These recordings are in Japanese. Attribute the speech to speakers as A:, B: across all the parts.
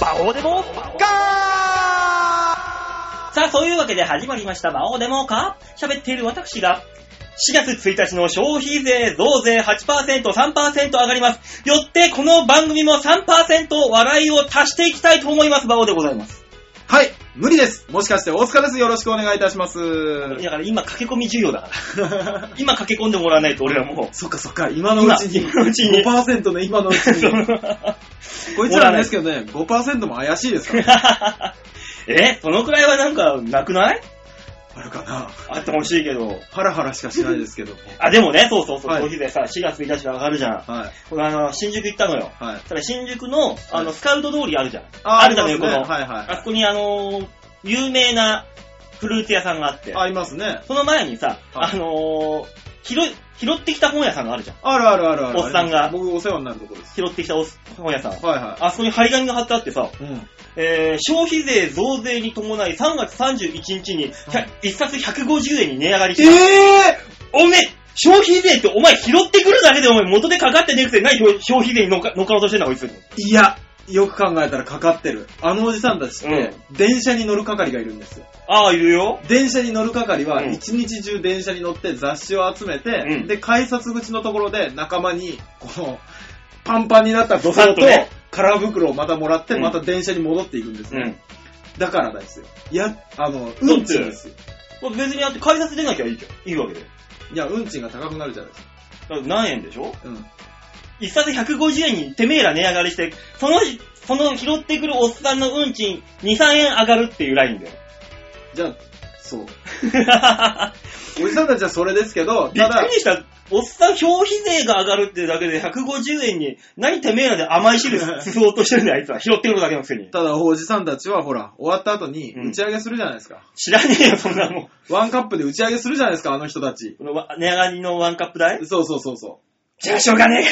A: 魔王でもガーさあ、そういうわけで始まりました魔王でもか喋っている私が、4月1日の消費税増税8%、3%上がります。よって、この番組も3%笑いを足していきたいと思います、魔王でございます。
B: はい、無理です。もしかして大塚です。よろしくお願いいたします。
A: だから今駆け込み重要だから。 今駆け込んでもらわないと俺らもう。
B: そっかそっか、今のうちに。
A: 今今のうちに
B: 5%の今のうち に。こいつらですけどね、5%も怪しいですから。
A: え、そのくらいはなんか、なくない
B: あるかな。
A: あってほしいけど。
B: ハラハラしかしないですけ ども。
A: あ、でもね、そうそうそう、
B: はい
A: 消費税さ、4月1日上がるじゃん。
B: はい。
A: これあの、新宿行ったのよ。
B: はい。
A: ただ新宿の、あの、スカウト通りあるじゃん。
B: あ
A: あるじゃん、
B: り
A: 横
B: ますね
A: の。
B: はい
A: あ
B: は
A: そこにあのー、有名なフルーツ屋さんがあって
B: い。。ありますね。
A: その前にさ、
B: はい
A: あのー、拾い、拾ってきた本屋さんがあるじゃん。
B: あるあるあるある。
A: おっさんが
B: 僕お世話になるとこです。
A: 拾ってきたお本屋さん。
B: はいは
A: あそこに張り紙が貼ってあってさ、
B: い。うん。
A: えー、消費税増税に伴い3月31日に、
B: はい
A: 1冊150円に値上がりし
B: え
A: た。
B: え
A: おめえ消費税ってお前拾ってくるだけでお前元でかかってねえくせに何消費税に乗っか乗っかろうとしてんだこいつ。
B: いや、よく考えたらかかってる。あのおじさんたちって、電車に乗る係がいるんですよ。
A: ああ、言うよ。
B: 電車に乗る係は
A: うん
B: 一日中電車に乗って雑誌を集めて、
A: うん
B: で改札口のところで仲間にこのパンパンになった土
A: さ
B: 産
A: っ
B: と
A: とね
B: 空袋をまたもらって、
A: うん
B: また電車に戻っていくんです
A: う
B: ね、
A: ん。
B: だからですよやあの運賃ですよ
A: まあ別にあって改札出なきゃいいじゃん。いいわけで。
B: いや運賃が高くなるじゃないですか
A: だから何円でしょ
B: うん
A: 一冊150円にてめえら値上がりして、その、その拾ってくるおっさんの運賃2、3円上がるっていうラインだよ。
B: じゃあそう
A: びっく
B: おじさんたちはそれです けどただ
A: りした。おっさん消費税が上がるってだけで150円に、何てめえらで甘い汁進おうとしてるんだよ、あいつは。拾ってくるだけのくせに。
B: ただおじさんたちはほら終わった後に
A: うん
B: 打ち上げするじゃないですか、
A: 知らねえよ、そんなもん。
B: ワンカップで打ち上げするじゃないですかあの人たち
A: このわ値上がりのワンカップ代
B: そうそうそうそう
A: じゃあしょうがね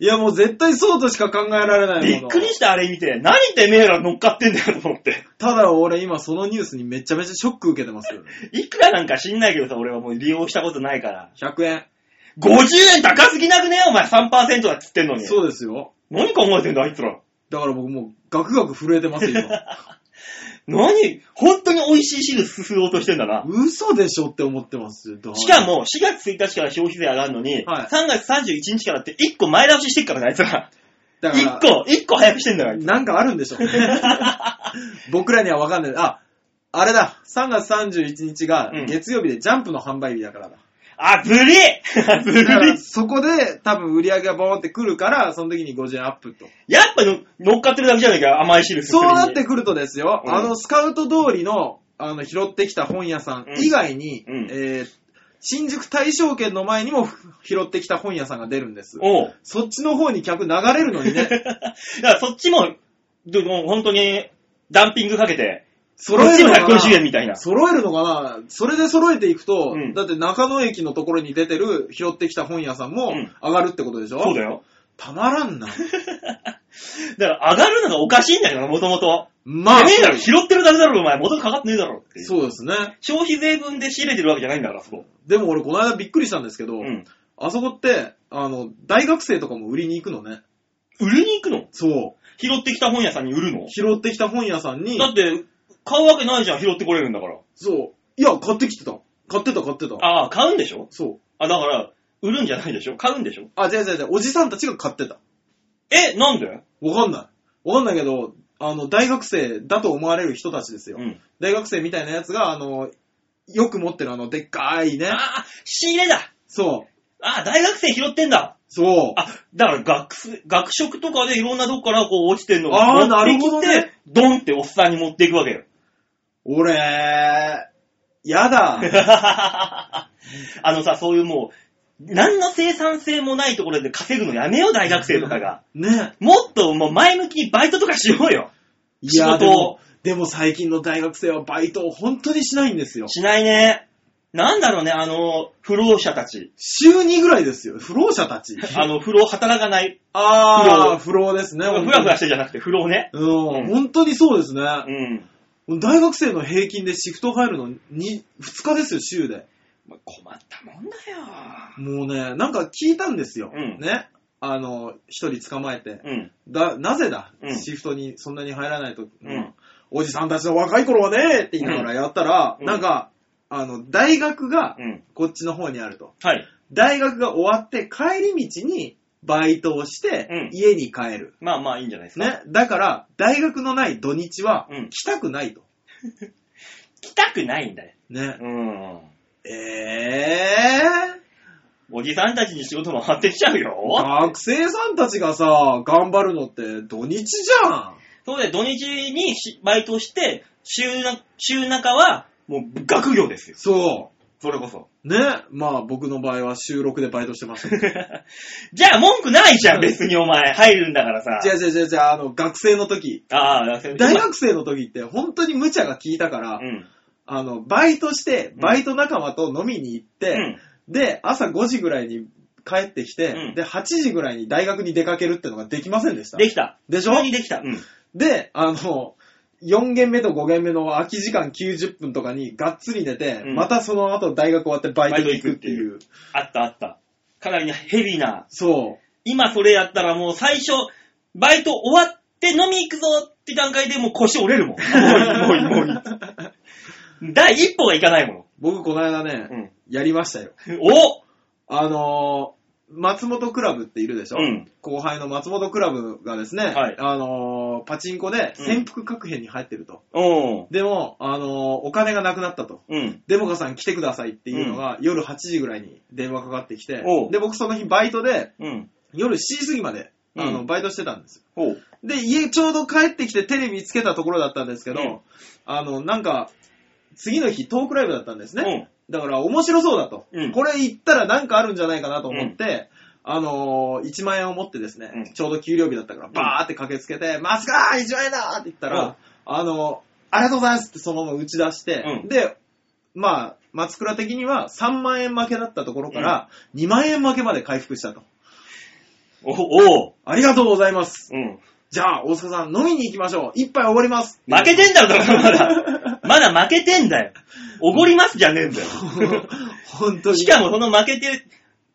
B: いや、もう絶対そうとしか考えられな
A: え。
B: い
A: び
B: も
A: っ
B: の。
A: くりした、あれ見て。何てめえら乗っかってんだよ、と思って。
B: ただ俺今そのニュースにめちゃめちゃショック受けてますよ。
A: いくらなんか知んないけどさ、俺はもう利用したことないから。
B: 100円。
A: 50円高すぎなくねお前3%だっつってんのに。
B: そうですよ。
A: 何考えてんだ、あいつら。
B: だから僕もうガクガク震えてます よ、今。
A: 何本当に美味しい汁進おうとしてんだな。
B: 嘘でしょって思ってますよ。どう
A: しかも、4月1日から消費税上がるのに、
B: はい
A: 3月31日からって1個前倒ししてっからね、あいつら。
B: だか
A: 1
B: ら、
A: 個、1個早くしてんだよ、あいつ。
B: なんかあるんでし ょうね。僕らにはわかんない。あ、あれだ。3月31日が
A: うん
B: 月曜日でジャンプの販売日だからだ。
A: あ、ずりえ ず
B: だか
A: る
B: ら
A: い
B: そこで多分売り上げがボーンってくるから、その時に50円アップと。
A: やっぱの乗っかってるだけじゃないか、甘い汁進
B: そ
A: お
B: う
A: に
B: なってくるとですよ、
A: うん
B: あのスカウト通りのあの拾ってきた本屋さん以外に、
A: うんうん
B: えー新宿大正圏の前にもふ拾ってきた本屋さんが出るんです。
A: おう。
B: そっちの方に客流れるの にね、
A: だからそっちも、でも本当に、ダンピングかけて、
B: 揃え
A: こっち
B: る
A: も
B: のか
A: 150円
B: な
A: みたいな。
B: 揃えるのかなそれで揃えていくと、
A: うん
B: だって中野駅のところに出てる拾ってきた本屋さんも
A: うん
B: 上がるってことでしょ、
A: そうだよ。
B: たま らんな。
A: だから上がるのがおかしいんだよな、もともと。
B: まあ
A: て、めえだろ、拾ってるだけだろ、お前。元かかってねえだろっていう。
B: そうですね。
A: 消費税分で仕入れてるわけじゃないんだから、そこ。
B: でも俺この間びっくりしたんですけど、
A: うん。
B: あそこって、あの、大学生とかも売りに行くのね。
A: 売りに行くの
B: そう。
A: 拾ってきた本屋さんに売るの
B: 拾ってきた本屋さんに
A: だ、って、買うわけないじゃん、拾ってこれるんだから。
B: そう、いや、買ってきてた。買ってた、買ってた。
A: ああ、買うんでしょ
B: そう。
A: あ、だから、売るんじゃないでしょ買うんでしょ
B: あ、違う違う違う、おじさんたちが買ってた。
A: え、なんで
B: わかんない。わかんないけど、あの、大学生だと思われる人たちですよ。
A: うん。
B: 大学生みたいなやつが、あの、よく持ってるあの、でっかいね
A: あ。あ、仕入れだ
B: そう。
A: ああ、大学生拾ってんだ
B: そう。
A: あ、だから学生、学食とかでいろんなとこからこう落ちてんのを
B: あ
A: 持ってき
B: ー
A: て
B: なるほどね
A: ドンっておっさんに持っていくわけよ。
B: 俺、や だ。
A: あのさ、そういうもう、何の生産性もないところで稼ぐのやめよう、大学生とかが。
B: ね。
A: もっともう前向きにバイトとかしようよ。
B: いや、
A: 仕事
B: でも
A: を、
B: でも最近の大学生はバイトを本当にしないんですよ。
A: しないね。なんだろうね、あの、不老者た ち。
B: 週2ぐらいですよ。不老者たち。
A: あの、不老働かない。
B: あー、不老ですね。
A: ふらふらしてるじゃなくて不老ね。
B: うん、
A: うん
B: 本当にそうですね。
A: うん。
B: 大学生の平均でシフト入るの 2, 2日ですよ、週で。
A: まあ困ったもんだよ。
B: もうね、なんか聞いたんですよ。
A: うん
B: ね。あの、一人捕まえて、
A: うん。
B: だ、なぜだ、
A: うん
B: シフトにそんなに入らないと、
A: うん
B: おじさんたちの若い頃はねって言いながらやったら、
A: うん
B: なんか、あの、大学が
A: うん。
B: こっちの方にあると。
A: はい。
B: 大学が終わって帰り道にバイトをして、
A: うん
B: 家に帰る。
A: まあまあいいんじゃないですか。
B: ね。だから、大学のない土日は
A: うん
B: 来たくないと。
A: 来たくないんだよ。
B: ね。
A: うん。
B: えー。
A: おじさんたちに仕事回ってきちゃうよ。
B: 学生さんたちがさ、頑張るのって土日じゃん。
A: そうで、土日にしバイトして、週な、週中は、もう学業ですよ。
B: そ
A: それこそ。
B: う。ね。まあ僕の場合は収録でバイトしてましたけど。
A: じゃあ文句ないじゃん、別にお前。入るんだからさ。
B: 違う違う違う違う、あの、学生の時。
A: ああ、学生
B: 大学生の時って本当に無茶が効いたから、
A: うん。
B: あの、バイトして、バイト仲間と飲みに行っ
A: う
B: て、
A: ん。
B: で、朝5時ぐらいに帰ってきて、
A: うん
B: で、8時ぐらいに大学に出かけるってのができませんでした。
A: できた。
B: でしょ
A: 普通にできた。うん。
B: で、あの、4限目と5限目の空き時間90分とかにがっつり寝て、
A: うん
B: またその後大学終わってバイトに行くっていう。
A: あったあった。かなりヘビーな。
B: そ
A: 今それやったらもう最初、バイト終わって飲み行くぞって段階でもう腰折れるもん。もういい、もういい、もう いい。第一歩がいかないも
B: う。僕この間ね、
A: の。
B: やりましたよ。
A: うん。お
B: あのー松本クラブっているでしょ、
A: うん
B: 後輩の松本クラブがですね、
A: はい
B: あのーパチンコで潜伏各編に入ってると。
A: お
B: でも、あのーお金がなくなったと。
A: うん。
B: デモカさん来てくださいっていうのが、夜8時ぐらいに電話かかってきて
A: おう、
B: で、僕その日バイトで、
A: うん。
B: 夜7時過ぎまで、あの、
A: うん
B: バイトしてたんですよ。
A: おう。
B: で、家ちょうど帰ってきてテレビつけたところだったんですけど、
A: うん
B: あの、なんか、次の日トークライブだったんですね。
A: うん
B: だから面白そうだと。
A: うん
B: これ行ったらなんかあるんじゃないかなと思って、あのー1万円を持ってですね、
A: うん
B: ちょうど給料日だったからバーって駆けつけて、マスカー !1 万円だって言ったら、
A: うん
B: あのーありがとうございますってそのまま打ち出して、
A: うん
B: で、まあ、松倉的には3万円負けだったところから、2万円負けまで回復したと。
A: おおう。
B: ありがとうございます。
A: うん。
B: じゃあ、大塚さん、飲みに行きましょう。一杯終わります。
A: 負けてんだろ、だからまだ。まだ負けてんだよ。おごりますじゃねえんだよ。
B: 本当に。
A: しかもその負けてる、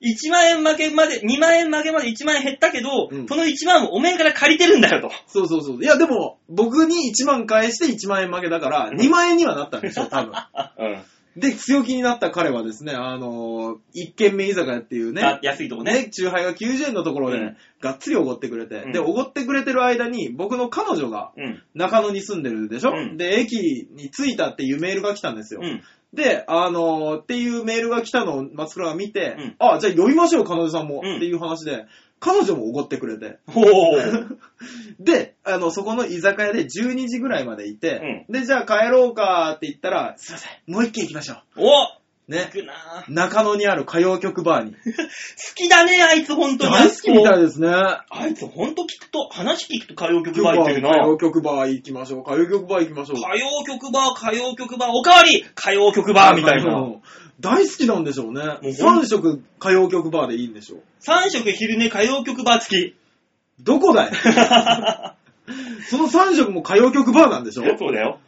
A: 1万円負けまで、2万円負けまで1万円減ったけど、
B: うん
A: その1万をおめえから借りてるんだよと。
B: そうそうそう。いや、でも、僕に1万返して1万円負けだから、2万円にはなったんでしょ、多分。
A: うん。
B: で、強気になった彼はですね、あのー、1軒目居酒屋っていう
A: あ
B: ね、
A: 安いとこね。
B: ね、中杯が90円のところで、
A: うん
B: がっつりおごってくれて、
A: うん
B: で、おごってくれてる間に、僕の彼女が
A: うん。
B: 中野に住んでるでしょ、
A: うん
B: で、駅に着いたっていうメールが来たんですよ。
A: うん。
B: で、あのーっていうメールが来たのを松倉が見て、
A: うん
B: あ、じゃあ呼びましょう、彼女さんも、
A: うん
B: っていう話で、彼女もおごってくれて。
A: おー。
B: で、あの、そこの居酒屋で12時ぐらいまでいて、で、じゃあ帰ろうかって言ったら、すいません、もう一軒行きましょ
A: お
B: う。ね。
A: 行くなぁ好
B: 中野にある歌謡曲バーに。
A: きだね、あいつ、本当に。
B: 大好きみた
A: い。
B: いですね。
A: あいつ、本当聞くと、話聞くと歌謡曲バ
B: 今
A: ー
B: 日
A: 行っ
B: は
A: てる
B: 歌
A: な。
B: 謡曲バー行きましょう。歌謡曲バー行きましょう。
A: 歌謡曲バー、歌謡曲バー、おかわり歌謡曲バーみたい
B: あ
A: な。
B: の。 大好きなんでしょうね。
A: もう
B: 3色歌謡曲バーでいいんでしょう。
A: 3食昼寝歌謡曲バー 付き。
B: どこだい その3色も歌謡曲バーなんでしょ
A: そうだよ。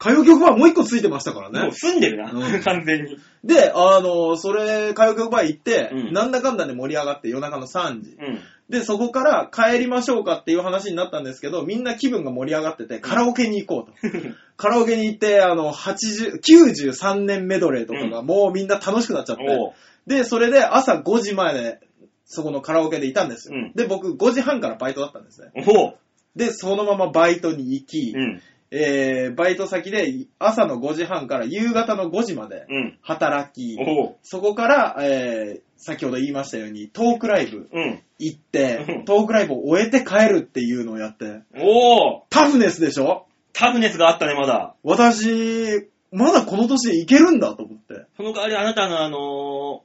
B: 歌謡曲バーもう一個ついてましたから
A: も
B: ね
A: う。住んでるな、
B: うん
A: 完全に。
B: で、あの、それ、歌謡曲バー行って、
A: うん
B: なんだかんだで盛り上がって夜中の3時。
A: うん。
B: で、そこから帰りましょうかっていう話になったんですけど、みんな気分が盛り上がってて、カラオケに行こうと。カラオケに行って、あの、80、93年メドレーとかがもうみんな楽しくなっちゃって、
A: おう。
B: で、それで朝5時前で、そこのカラオケでいたんですよ。
A: うん
B: で、僕5時半からバイトだったんですね。
A: おう。
B: で、そのままバイトに行き、
A: うん。
B: えー、バイト先で朝の5時半から夕方の5時まで
A: うん。
B: 働き、
A: おう。
B: そこから、えー、先ほど言いましたように、トークライブ
A: うん。
B: 行っ
A: う
B: て
A: ん、
B: トークライブを終えて帰るっていうのをやって、
A: おう。
B: タフネスでしょ
A: タフネスがあったね、まだ。
B: 私、まだこの年でいけるんだと思って。
A: その代わりあなたのあのー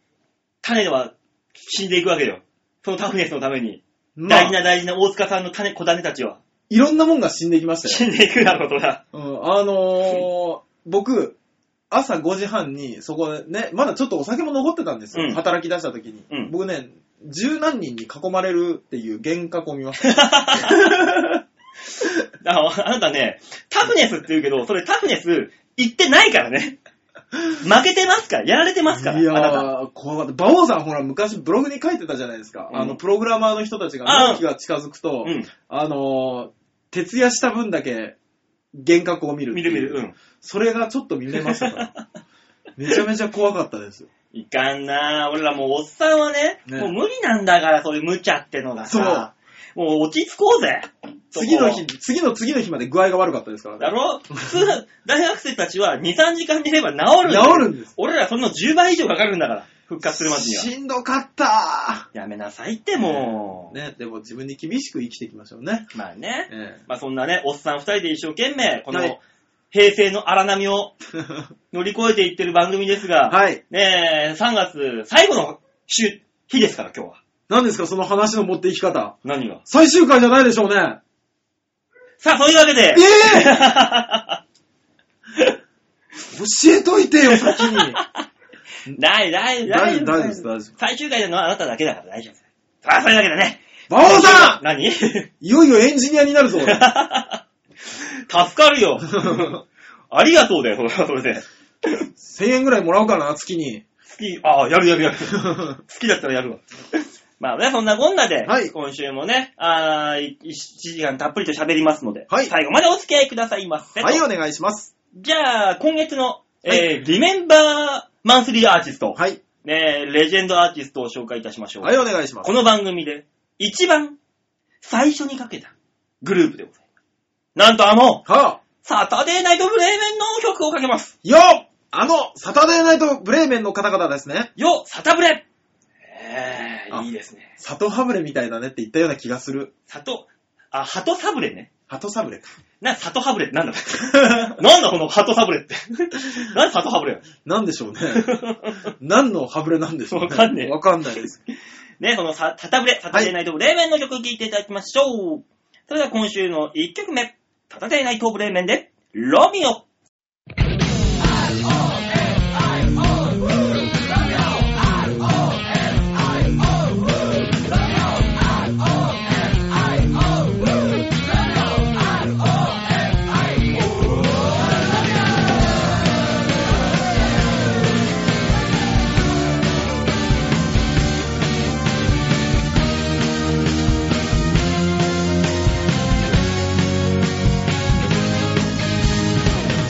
A: 種では死んでいくわけよ。そのタフネスのために。
B: ま
A: 大事な
B: あ、
A: 大事な大塚さんの種、小種たちは。
B: いろんなもんが死んでいきました
A: 死
B: よ。
A: んでいくだろうとな。
B: うん、あのー、僕、朝5時半に、そこでね、まだちょっとお酒も残ってたんですよ。
A: うん
B: 働き出した時に。
A: うん
B: 僕ね、十何人に囲まれるっていう幻覚を見ました。
A: ああなたね、タフネスって言うけど、それタフネス言ってないからね。負けてますから、やられてますから、
B: いや
A: あなた。
B: ー、怖かった。馬王さんほら、昔ブログに書いてたじゃないですか。
A: うん
B: あの、プログラマーの人たちが、
A: あー
B: 納期が近づくと、
A: うん。
B: あのー、徹夜した分だけ、幻覚を見るって
A: 見
B: いう
A: る見る、うん。
B: それがちょっと見れました から。めちゃめちゃ怖かったですよ。
A: いかんなぁ。俺らもうおっさんはね、
B: ね
A: もう無理なんだから、そういう無茶ってのがさ。もう落ち着こうぜ。
B: 次の日、
A: そこ
B: 次の次の日まで具合が悪かったですから
A: だ
B: ね。
A: ろ普通、大学生たちは2、3時間寝れば治るんだよ
B: 治るんです。
A: 俺らその10倍以上かかるんだから、復活するまでには。
B: しんどかった
A: やめなさいってもう。
B: ね、でも自分に厳しく生きていきましょうね。
A: まあね。
B: え
A: まあそんなね、おっさん2人で一生懸命、こ
B: はい
A: の平成の荒波を
B: え
A: 乗り越えていってる番組ですが、
B: はい。
A: ねえ、3月最後の週、日ですから今日は。
B: 何ですか、その話の持っていき方。
A: 何が
B: 最終回じゃないでしょうね。
A: さあ、そういうわけで。
B: え教えといてよ、先に。
A: ない、ない、ない。
B: 大丈夫大丈夫です大丈夫
A: 最終回でのはあなただけだから大丈夫です。さあ、そういうわけでね。
B: 馬王さん
A: 何 助
B: いよいよエンジニアになる ぞ、俺
A: かる よ。ありがとうだよ、それはそれで。
B: 1000円ぐらいもらおうかな、月に。
A: 好き、ああ、やるやる やる。
B: は
A: 好きだったらやるわ。まあね、そんなこんなで、
B: はい
A: 今週もね、あーい1時間たっぷりと喋りますので、
B: はい
A: 最後までお付き合いくださいませ。
B: い、お願いします。
A: じゃあ、今月の、えー
B: は
A: リメンバーマンスリーアーティスト、
B: はい、
A: ね、レジェンドアーティストを紹介いたしましょう。
B: はい、お願いします
A: こ。の番組で一番最初にかけたグループでございます。なんとあの、
B: はあ、
A: サタデーナイトブレーメンの曲をかけます。
B: よあの、サタデーナイトブレーメンの方々ですね。
A: よ、サタブレえー、
B: あ
A: いいですね。
B: 鳩ハブレみたいだねって言ったような気がする。
A: サト、あ、ハトサブレね。
B: 鳩サブレか。
A: な、サトハブレってなんだ なんだこのハトサブレって。 なんでハトハブレ
B: なんで しょうね。何のハブレなんでしょうね。
A: わかんねえ
B: わかんないです。
A: ね、そのササタブレ、サタデーナイトブレーメンの曲聴いていただきましょう。それでは今週の1曲目、サタデーナイトブレーメンで、ロミオ。
C: 「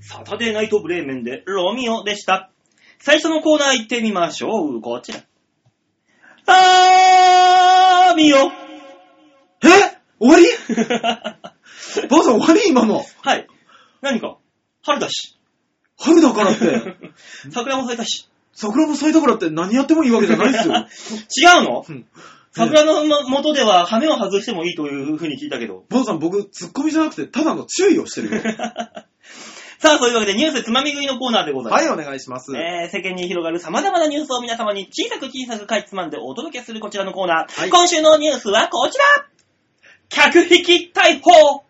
A: サテーナイトブレーメンでロミオでした。最初のコーナー行ってみましょう。こちら。あーみよ
B: え終わりばあさん終わり今の。
A: はい。何か春だ し。
B: 春だからって、
A: 桜も咲いたし。
B: 桜も咲いたからって何やってもいいわけじゃないです よ。
A: 違うの
B: うん
A: 桜の元では羽目を外してもいいという風に聞いたけど。
B: ばあさん僕、ツッコミじゃなくて、ただの注意をしてるよ。
A: さあ、そういうわけでニュースつまみ食いのコーナーでございます。
B: はい、お願いします。
A: えー世間に広がる様々なニュースを皆様に小さく小さくかいつまんでお届けするこちらのコーナー。
B: はい
A: 今週のニュースはこちら客引き逮捕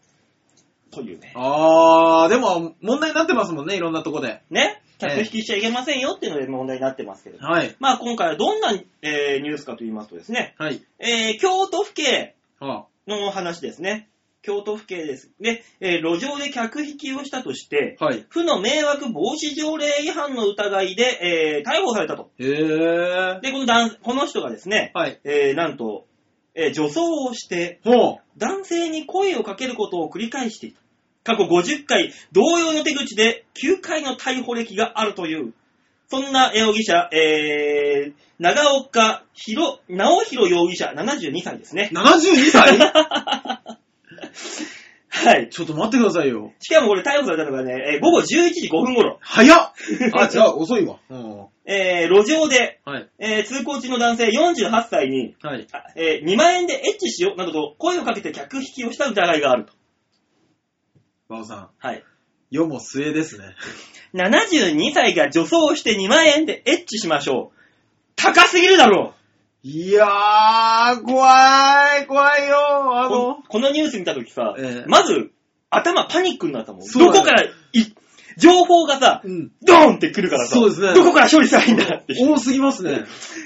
A: というね。
B: あー、でも問題になってますもんね、いろんなとこで。
A: ね。
B: ええ
A: 客引きしちゃいけませんよっていうので問題になってますけど。
B: はい。
A: まあ今回はどんな、えーニュースかと言いますとですね、
B: はい。
A: えー京都府警
B: あ
A: の話ですね。京都府警です。で、えー路上で客引きをしたとして、
B: はい。
A: 府の迷惑防止条例違反の疑いで、えー逮捕されたと。
B: へー。
A: で、この男この人がですね、
B: はい。
A: えーなんと、えー女装をして、
B: ほう。
A: 男性に声をかけることを繰り返していた。過去50回、同様の手口で9回の逮捕歴があるという、そんな容疑者、えー、長岡広、直弘容疑者、72歳ですね。
B: 72歳
A: はい。
B: ちょっと待ってくださいよ。
A: しかもこれ逮捕されたのがね、えー午後11時5分頃、
B: 早っあ、違う、遅いわ。うん。
A: えー、路上で、
B: はい。
A: えー通行中の男性48歳に、
B: はい。
A: あえー2万円でエッチしようなどと声をかけて客引きをした疑いがあると。
B: バオさん、
A: はい。
B: 世も末ですね。
A: 72歳が女装をして2万円でエッチしましょう。高すぎるだろ
B: いやー、怖い、怖いよ、
A: う
B: あ
A: こ
B: の、
A: このニュース見たときさ、
B: ええ
A: まず頭パニックになったもん。
B: そうだ
A: ど
B: よ
A: こからい、情報がさ
B: う、ん。
A: ドーンってくるからさ、
B: そうですね
A: どこから処理したらいいんだって。
B: 多すぎますね。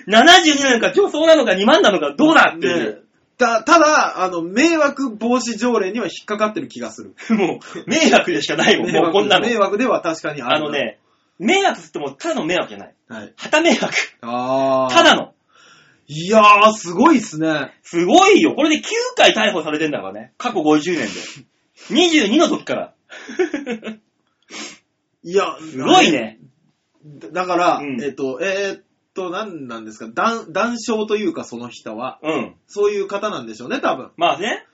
A: 72なのか女装なのか2万なのかどうだっていう。
B: た、ただ、あの、迷惑防止条例には引っかかってる気がする。
A: もう、迷惑でしかないもん、
B: 迷
A: もうこんな
B: 惑
A: の。
B: 迷惑では確かにある。
A: あの。ね、迷惑っつってもただの迷惑じゃない。
B: はい。
A: 旗迷惑。
B: あー。
A: ただの。
B: いやー、すごいっすね。
A: すごいよ。これで9回逮捕されてんだからね。過去50年で。22の時 から。
B: いや、
A: すごいね。
B: だ。だから、
A: うん
B: えっ、と、えーっと、なんなんですか、断、断症というか、その人は、
A: うん。
B: そういう方なんでしょうね、多分。
A: まあね。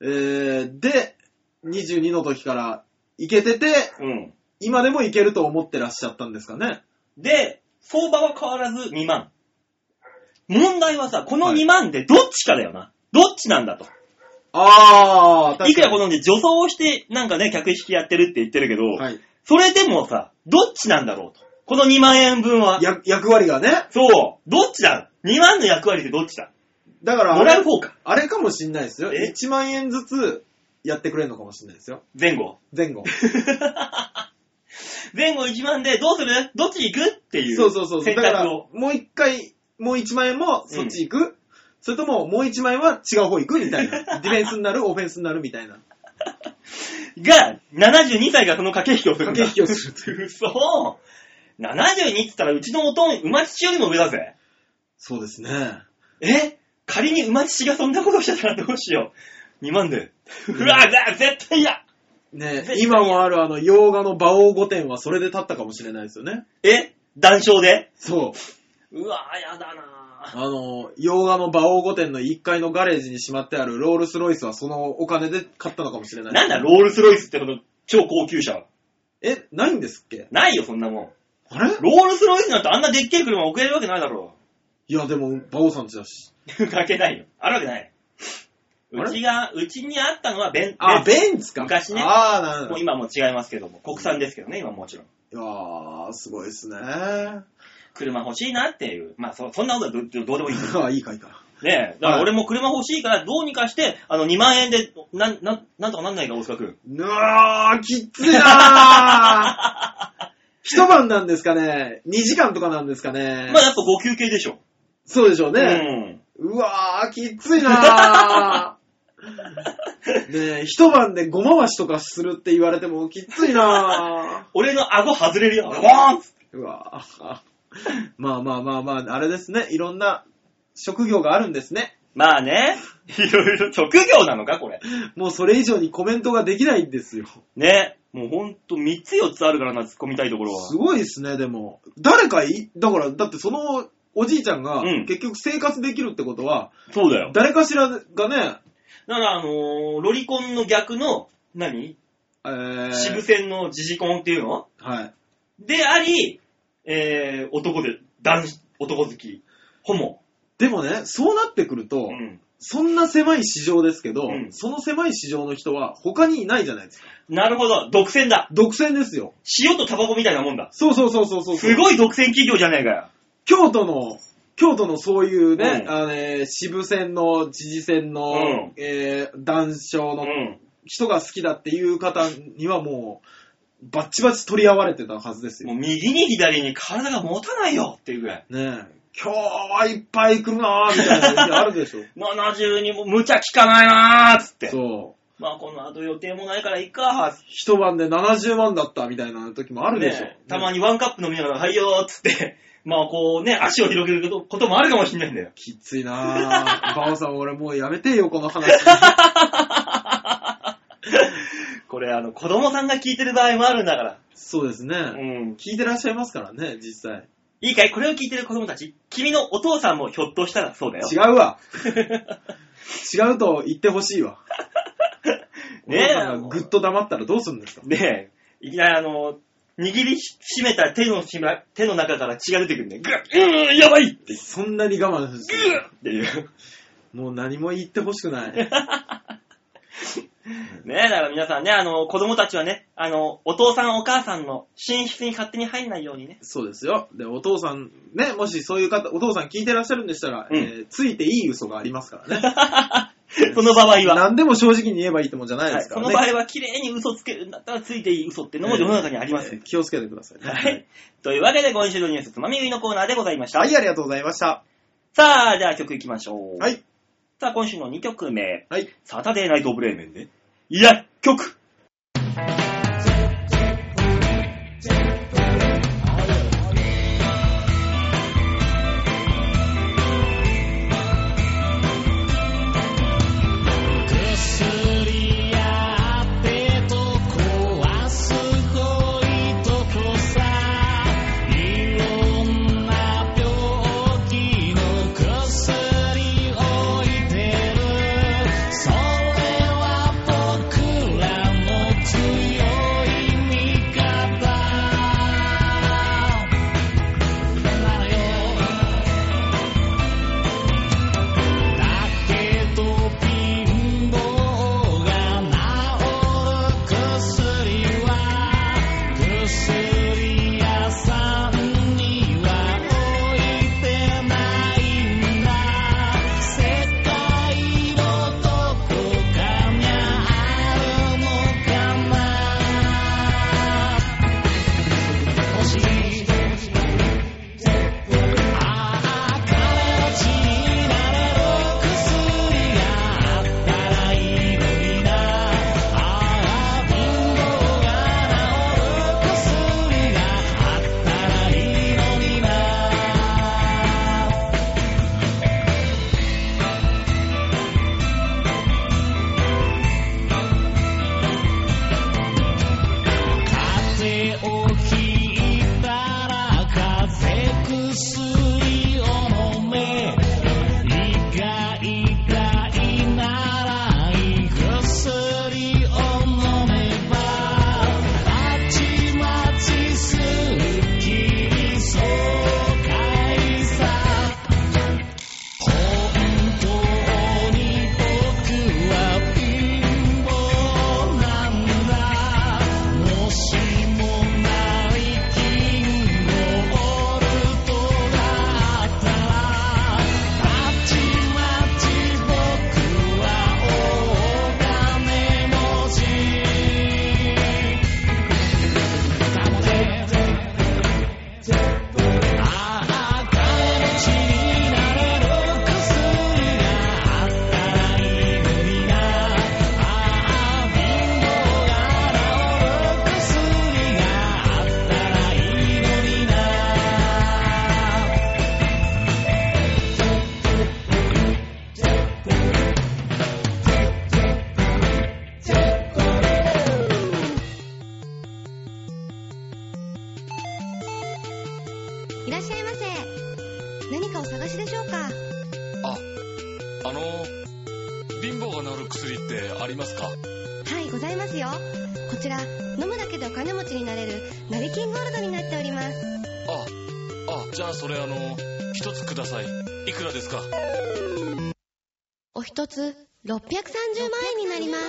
B: えー、で、22の時から、いけてて、
A: うん。
B: 今でもいけると思ってらっしゃったんですかね。
A: で、相場は変わらず2万。問題はさ、この2万でどっちかだよな。どっちなんだと。
B: あー、確かに。
A: いくらこのね、女装をして、なんかね、客引きやってるって言ってるけど、
B: はい。
A: それでもさ、どっちなんだろうと。この2万円分は。
B: や役割がね。
A: そう。どっちだ ?2 万の役割ってどっちだ
B: だから
A: も
B: あ
A: らう
B: れ、
A: 方か。
B: あれかもしんないですよ。
A: え
B: 1万円ずつやってくれるのかもしんないですよ。
A: 前後。
B: 前後。
A: 前後1万でどうするどっちに行くっていう。
B: そうそうそう。だ
A: 選
B: から、
A: 択を
B: も。う一回、もう1万円もそっち行く、それとももう1万円は違う方行くみたい な。ディフェンスになる、オフェンスになるみたいな。
A: が、72歳がその駆け引きをするんだ。
B: 駆け引きをすると
A: る。嘘 !72 って言ったらうちのおとん、馬父よりも上だぜ。
B: そうですね。
A: え仮に馬父がそんなことしてたらどうしよう。2万で。うわ、だ絶対嫌
B: ね
A: 絶対
B: 今もあるあの、洋画の馬王御殿はそれで立ったかもしれないですよね。
A: え談笑で
B: そう。
A: うわ、やだなぁ。
B: あの、洋画の馬王御殿の1階のガレージにしまってあるロールスロイスはそのお金で買ったのかもしれない。
A: なんだ、ロールスロイスってこの超高級車。
B: え、ないんですっけ
A: ないよ、そんなもん。
B: あれ
A: ロールスロイスなんてあんなでっけえ車送れるわけないだろ
B: いや、でも、馬王さんちだし。
A: う。 関係ないよ。あるわけない。
B: あれ
A: うちが、うちにあったのはベン、
B: あ、ベンツか。
A: 昔ね
B: ああ、なんだ
A: もう。今もう違いますけども、国産ですけどね、今もちろん。
B: いやー、すごいですね。あ
A: 車欲しいなっていう。まあそ、そんなことはどどう でもいいんですよ。
B: あ、いい回か。
A: ねえ。だから俺も車欲しいから、どうにかして、あの、2万円で、なん、なん、なんとかなんないか、大塚君。
B: うわー、きっついなー。 一晩なんですかね ?2 時間とかなんですかね
A: まあ、やっぱ5休憩でしょ。
B: そうでしょう
A: う
B: ね。
A: ん。
B: うわー、きっついなー。 ねえ、一晩でごまわしとかするって言われてもきっついな
A: 俺の顎外れるよ。ワーンっつって
B: ー。うわー。まあまあまあまあ、あれですね。いろんな職業があるんですね。
A: まあね。いろいろ職業なのか、これ。
B: もうそれ以上にコメントができないんですよ。
A: ね。もうほんと3つ4つあるからな、突っ込みたいところは。
B: すごいですね、でも。誰かい、だから、だってそのおじいちゃんが
A: うん
B: 結局生活できるってことは、
A: そうだよ。
B: 誰かしらがね、
A: だから、あのーロリコンの逆の、何
B: えー、
A: 渋線のジジコンっていうの
B: はい。
A: であり、えー、男で、男子、男好き、ホモ。
B: でもね、そうなってくると、
A: うん。
B: そんな狭い市場ですけど、
A: うん
B: その狭い市場の人は他にいないじゃないですか。
A: なるほど、独占だ。
B: 独占ですよ。
A: 塩とタバコみたいなもんだ。
B: そうそうそうそうそう。
A: すごい独占企業じゃないかよ。
B: 京都の、京都のそういうね、
A: うん
B: あのね渋線の、知事線の、
A: うん
B: えー、談笑
A: う
B: の
A: ん。
B: 人が好きだっていう方にはもう、バッチバチ取り合われてたはずです
A: も
B: よ。
A: う右に左に体が持たないよっていうぐらい。
B: ねえ、今日はいっぱい来るなーみたいな時ある でしょ。
A: 70にも無茶聞かないなーっつって。
B: そう。
A: まあこの後予定もないからいっかーっつって。
B: 一晩で70万だったみたいな時もあるでしょ。
A: ねたま
B: に。
A: にワンカップ飲みながら、はいよーっつって、まあこうね、足を広げることこともあるかもしれないんだよ。
B: きついなぁ。 バオさん、俺もうやめてよ、この話。
A: これあの、子供さんが聞いてる場合もあるんだから。
B: そうですね、
A: うん。
B: 聞いてらっしゃいますからね、実際。
A: いいかいこれを聞いてる子供たち。君のお父さんもひょっとしたらそうだよ。
B: 違う わ。違うと言ってほしいわ。お
A: ね
B: 父
A: え
B: さんがぐっと黙ったらどうするんですか
A: で、いきなりあの、握りし締めた手のしま、手の中から血が出てくるんで、ぐっ、うーん、やばいって、
B: そんなに我慢して
A: ぐーっていう。
B: もう何も言ってほしく ない。
A: ねえ、だから皆さんね、あの、子供たちはね、あの、お父さんお母さんの寝室に勝手に入んないようにね。
B: そうですよ。で、お父さん、ね、もしそういう方、お父さん聞いてらっしゃるんでしたら、
A: うん
B: えーついていい嘘がありますからね。
A: その場合は。
B: 何でも正直に言えばいいってもんじゃない
A: はい
B: ですか
A: そ
B: ら
A: の場
B: ね。
A: 合は綺麗に嘘つけるんだったらついていい嘘ってのも世の中にあります
B: え。ー気をつけてくださいね。
A: はい。というわけで今週のニュースつまみ食いのコーナーでございました。
B: はい、ありがとうございました。
A: さあ、じゃあ曲いきましょう。
B: はい。
A: さあ、今週の2曲目。
B: はい。
A: サタデーナイトブレーメンで。薬局
C: 薬やってとこはすごいとこさいろんな病気の薬置いてるそれは僕ら
D: あの、貧乏が治る薬ってありますか
E: はい、ございますよ。こちら、飲むだけでお金持ちになれる、ナリキンゴールドになっております。
D: あ、あ、じゃあそれあの、一つください。いくらですか
E: お一つ、630万円になります。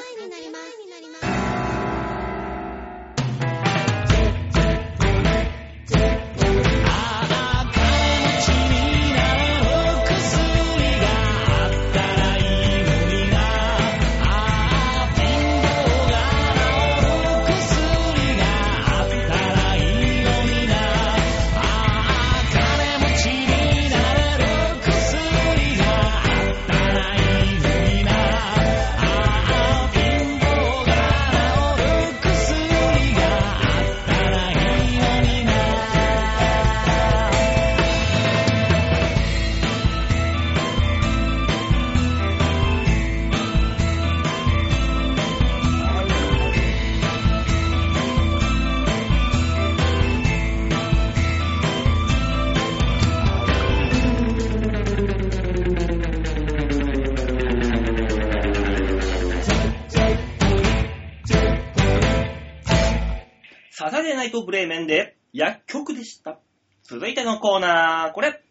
A: サザデーナイトブレーメンで薬局でした。続いてのコーナー、これ。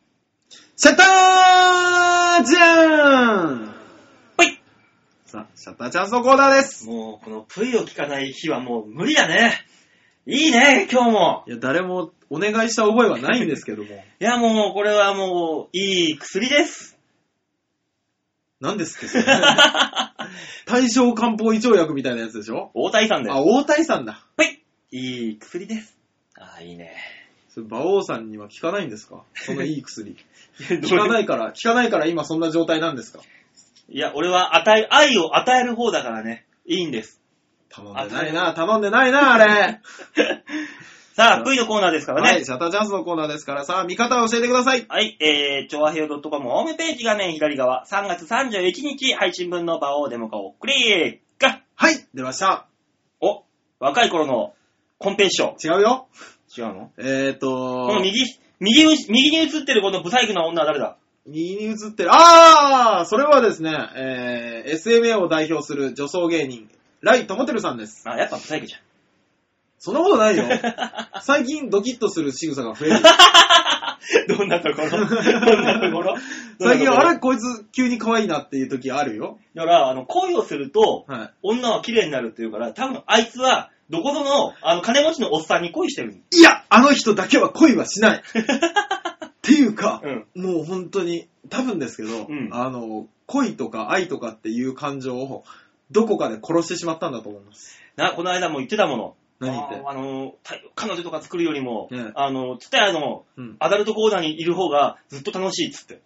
B: シャッターじゃーん
A: ぷい
B: さあ、シャッターチャンスのコーナーです。
A: もう、このプイを聞かない日はもう無理だね。いいね、今日も。
B: いや、誰もお願いした覚えはないんですけども。
A: いや、もう、これはもう、いい薬 です。
B: 何ですっけそれ大正漢方胃腸薬みたいなやつでしょ
A: 大谷さんです
B: あ、。大谷さんだ。
A: ぷいいい薬です。あー、いいね。
B: それ、馬王さんには効かないんですかそのいい 薬。効
A: どう
B: か
A: いう
B: ないから、効かないから今そんな状態なんですか
A: いや、俺は与え、愛を与える方だからね。いいんです。
B: 頼んでないな、頼んでないな、あ れ。
A: さあ、プイのコーナーですからね。
B: はい、シャッターチャンスのコーナーですから、さあ、見方を教えてください。
A: はい、えー、調和平洋 .com ホームページ画面左側、3月31日配信分の場をデモ化をクリック
B: はい、出ました。
A: お、若い頃のコンペンション。
B: 違うよ。
A: 違うの
B: えーと
A: この、右、右うし、右に映ってるこのブサイクな女は誰だ
B: 右に映ってる、あーそれはですね、えー、SMA を代表する女装芸人、ライ・トモテルさんです。
A: あ、やっぱブサイクじゃん。
B: そんなことないよ。最近ドキッとする仕草が増 える。
A: どんなところ どんなとこ ろ
B: 最近、あ
A: だ
B: れこいつ急に可愛いなっていう時あるよ。
A: から、あの、恋をすると、
B: は
A: 女は綺麗になるっていうから、多分あいつは、どこぞの、あの、金持ちのおっさんに恋してる。
B: い。いや、あの人だけは恋は しない。っていうか、
A: うん
B: もう本当に、多分ですけど、
A: うん
B: あの、恋とか愛とかっていう感情を、どこかで殺してしまったんだと思います。
A: な、この間も言ってたもの。
B: 何言って
A: あ。ーあの、た彼女とか作るよりも、
B: ええ
A: あの、つったやの、
B: うん
A: アダルトコーナーにいる方がずっと楽しいっつって。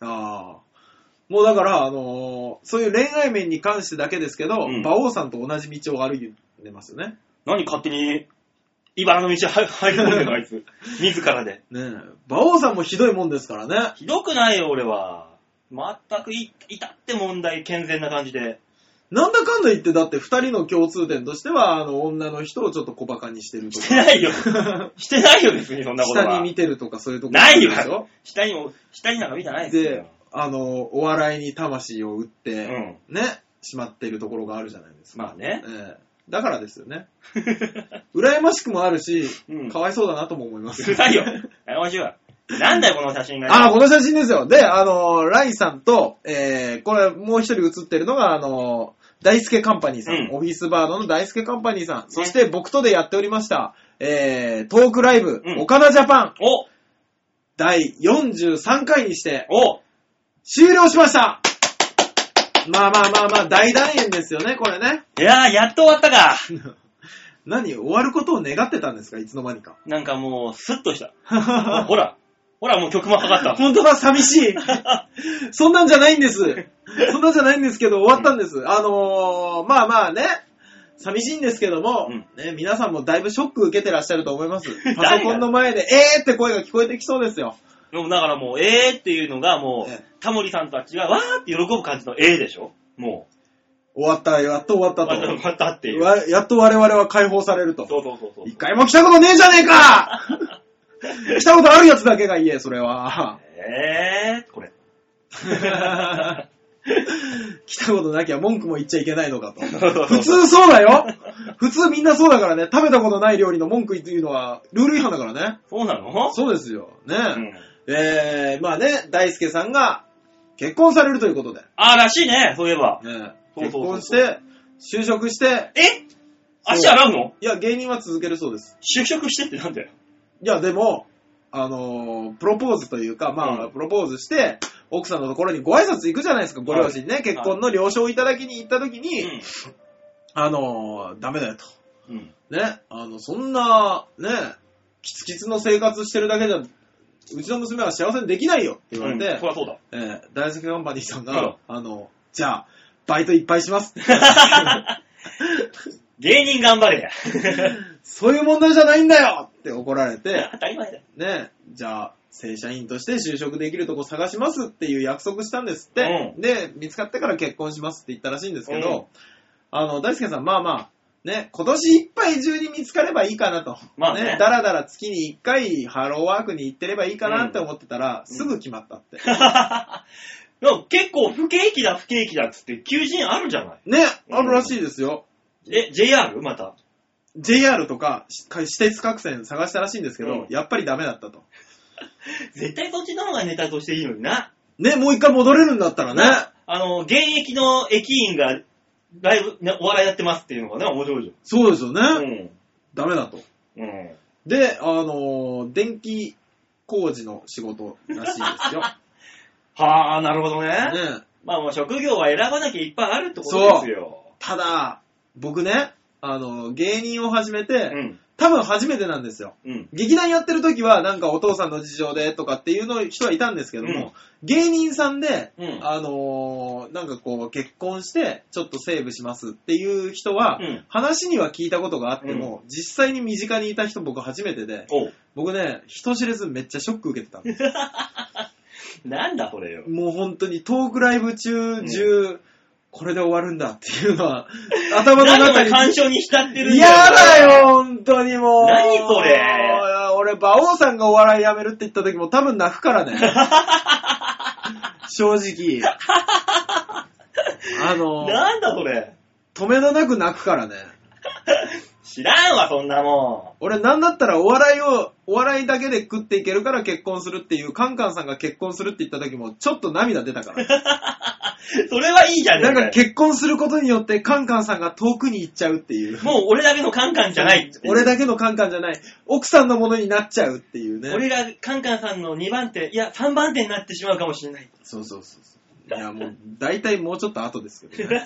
B: ああ。もうだから、あのーそういう恋愛面に関してだけですけど、
A: うん
B: 馬王さんと同じ道を歩いてますよね。
A: 何勝手に、茨の道入入り込んでるの、あい つ。自らで。
B: ねえ。馬王さんもひどいもんですからね。
A: ひどくないよ、俺は。全くい、至って問題健全な感じで。
B: なんだかんだ言って、だって二人の共通点としては、あの、女の人をちょっと小馬鹿にしてると
A: して
B: か、
A: ないよ。してないよ、別にそんなことは。
B: 下に見てるとかそういうところ
A: ない
B: でしょ
A: よ。下にも、下になんか見てないです
B: で
A: よ。、
B: あの、お笑いに魂を打っ
A: う
B: て、
A: ん。
B: ね、しまってるところがあるじゃないですか。
A: まあね。
B: ええだからですよね。羨ましくもあるし、
A: うん
B: かわいそうだなとも思います。
A: う るさいよ。やましいわ。なんだよ、この写真が。
B: あ、この写真ですよ。で、あの、ライさんと、えー、これ、もう一人写ってるのが、あの、大輔カンパニーさん、
A: うん
B: オフィスバードの大輔カンパニーさん、そして僕とでやっておりました、えー、トークライブ、
A: うん
B: 岡田ジャパン、
A: お
B: 第43回にして、
A: お
B: 終了しましたまあまあまあまあ、大団円ですよね、これね。
A: いやー、やっと終わったか。
B: 何終わることを願ってたんですかいつの間に か。
A: なんかもう、スッとした。 ほら、ほら、もう曲もかか った。
B: 本当だ、寂しい。そんなんじゃないんです。そんなんじゃないんですけど、終わったんです。あのー、まあまあね、寂しいんですけども、
A: うん
B: ね、皆さんもだいぶショック受けてらっしゃると思 います。
A: が
B: パソコンの前で、えーって声が聞こえてきそうですよ。
A: でもだからもう、えーっていうのがも
B: ええ
A: う、タモリさんとは違う、わーって喜ぶ感じのえーでしょも
B: 終わった、やっと終わっ
A: う、
B: た
A: また、
B: と。
A: またっていう。
B: わやっと我々は解放されると。
A: そうそうそうそう。
B: 一回も来たことねえじゃねえか来た ことあるやつだけが言え、それは。
A: えー、これ。
B: 来たことなきゃ文句も言っちゃいけないのかと。普
A: 普
B: 通そうだよ普通みんなそうだからね、食べたことない料理の文句言うのはルール違反だからね。
A: そうなの
B: そうですよ。ね、
A: うん
B: えー、まあね、大輔さんが結婚されるということで、
A: あー、らしいね、そういえば。
B: ね、
A: そうそう
B: 結
A: そう
B: 婚して、就職して、
A: え足洗うの
B: いや、芸人は続けるそうです。
A: 就職してってなんだよ。
B: いや、でも、あのープロポーズというか、まあ、
A: うん
B: プロポーズして、奥さんのところにご挨拶行くじゃないですか、ご両親ね。結婚の了承をいただきに行った時に、あのーダメだよと。
A: うん。うん。
B: ね、あの、そんな、ね、キツキツの生活してるだけじゃ、うちの娘は幸せにできないよって言われて、
A: うんそりゃ そうだ。
B: えー大好きカンパニーさん
A: う
B: が
A: ん、
B: あの、じゃあ、バイトいっぱいします。
A: 芸人頑張れや。
B: そういう問題じゃないんだよって怒られて、
A: 当たり前だよ。
B: ね、じゃあ、正社員として就職できるとこ探しますっていう約束したんですって、
A: う
B: で、見つかってから結婚しますって言ったらしいんですけど、あの、大輔さん、まあまあ、ね、今年いっぱい中に見つかればいいかなと。
A: まあね
B: だらだら月に1回ハローワークに行ってればいいかなって思ってたら、
A: うん
B: すぐ決まった って。
A: でも結構不景気だ不景気だっつって求人あるじゃな
B: ね、あるらしいですよ。
A: い。え、JR? また。
B: JR とかし私鉄各線探したらしいんですけど、
A: うん
B: やっぱりダメだったと。
A: 絶対そっちの方がネタとしていいのにな。
B: ね、もう一回戻れるんだったらね。
A: あの、現役の駅員が、ライブ、ねお笑いやってますっていうのがね、面白いじ
B: そうですよね。
A: ゃん。うん。
B: ダメだと。
A: うん。
B: で、あのー電気工事の仕事らしい ですよ。
A: はあ、なるほどね。
B: ね、
A: まあもう職業は選ばなきゃいっぱいあるってことですよ。
B: ただ、僕ね、あのー芸人を始め
A: う
B: て、
A: ん。
B: 多分初めてなんですよ。
A: うん。
B: 劇団やってる時は、なんかお父さんの事情でとかっていうの人はいたんですけども、芸人さんで、
A: うん
B: あのーなんかこう、結婚して、ちょっとセーブしますっていう人は、
A: うん
B: 話には聞いたことがあっても、実際に身近にいた人僕初めてで、
A: おう
B: 僕ね、人知れずめっちゃショック受けてたんです
A: なんだこれよ。
B: もう本当にトークライブ中、中、これで終わるんだっていう のは、頭の
A: 何
B: 中
A: が
B: に。
A: 干渉に浸ってるん
B: 嫌だよ、本当にもう。
A: 何それ
B: いや俺、馬王さんがお笑いやめるって言った時も多分泣くか らね。正直。あの、
A: なんだそれ。
B: 止めのなく泣くからね。
A: 知らんわ、そんなも
B: 俺、なんだったらお笑いを、お笑いだけで食っていけるから結婚するっていう、カンカンさんが結婚するって言った時も、ちょっと涙出たから。
A: ん。それはいいじゃねえ
B: なん
A: か
B: か
A: よ
B: 結婚することによってカンカンさんが遠くに行っちゃうっていう。
A: もう俺だけのカンカンじゃないっていう
B: 俺だけのカンカンじゃない。奥さんのものになっちゃうっていうね。
A: 俺がカンカンさんの2番手、いや、3番手になってしまうかもしれ ない。
B: そうそうそうそう。いや、もう、大体もうちょっと後ですけ どね。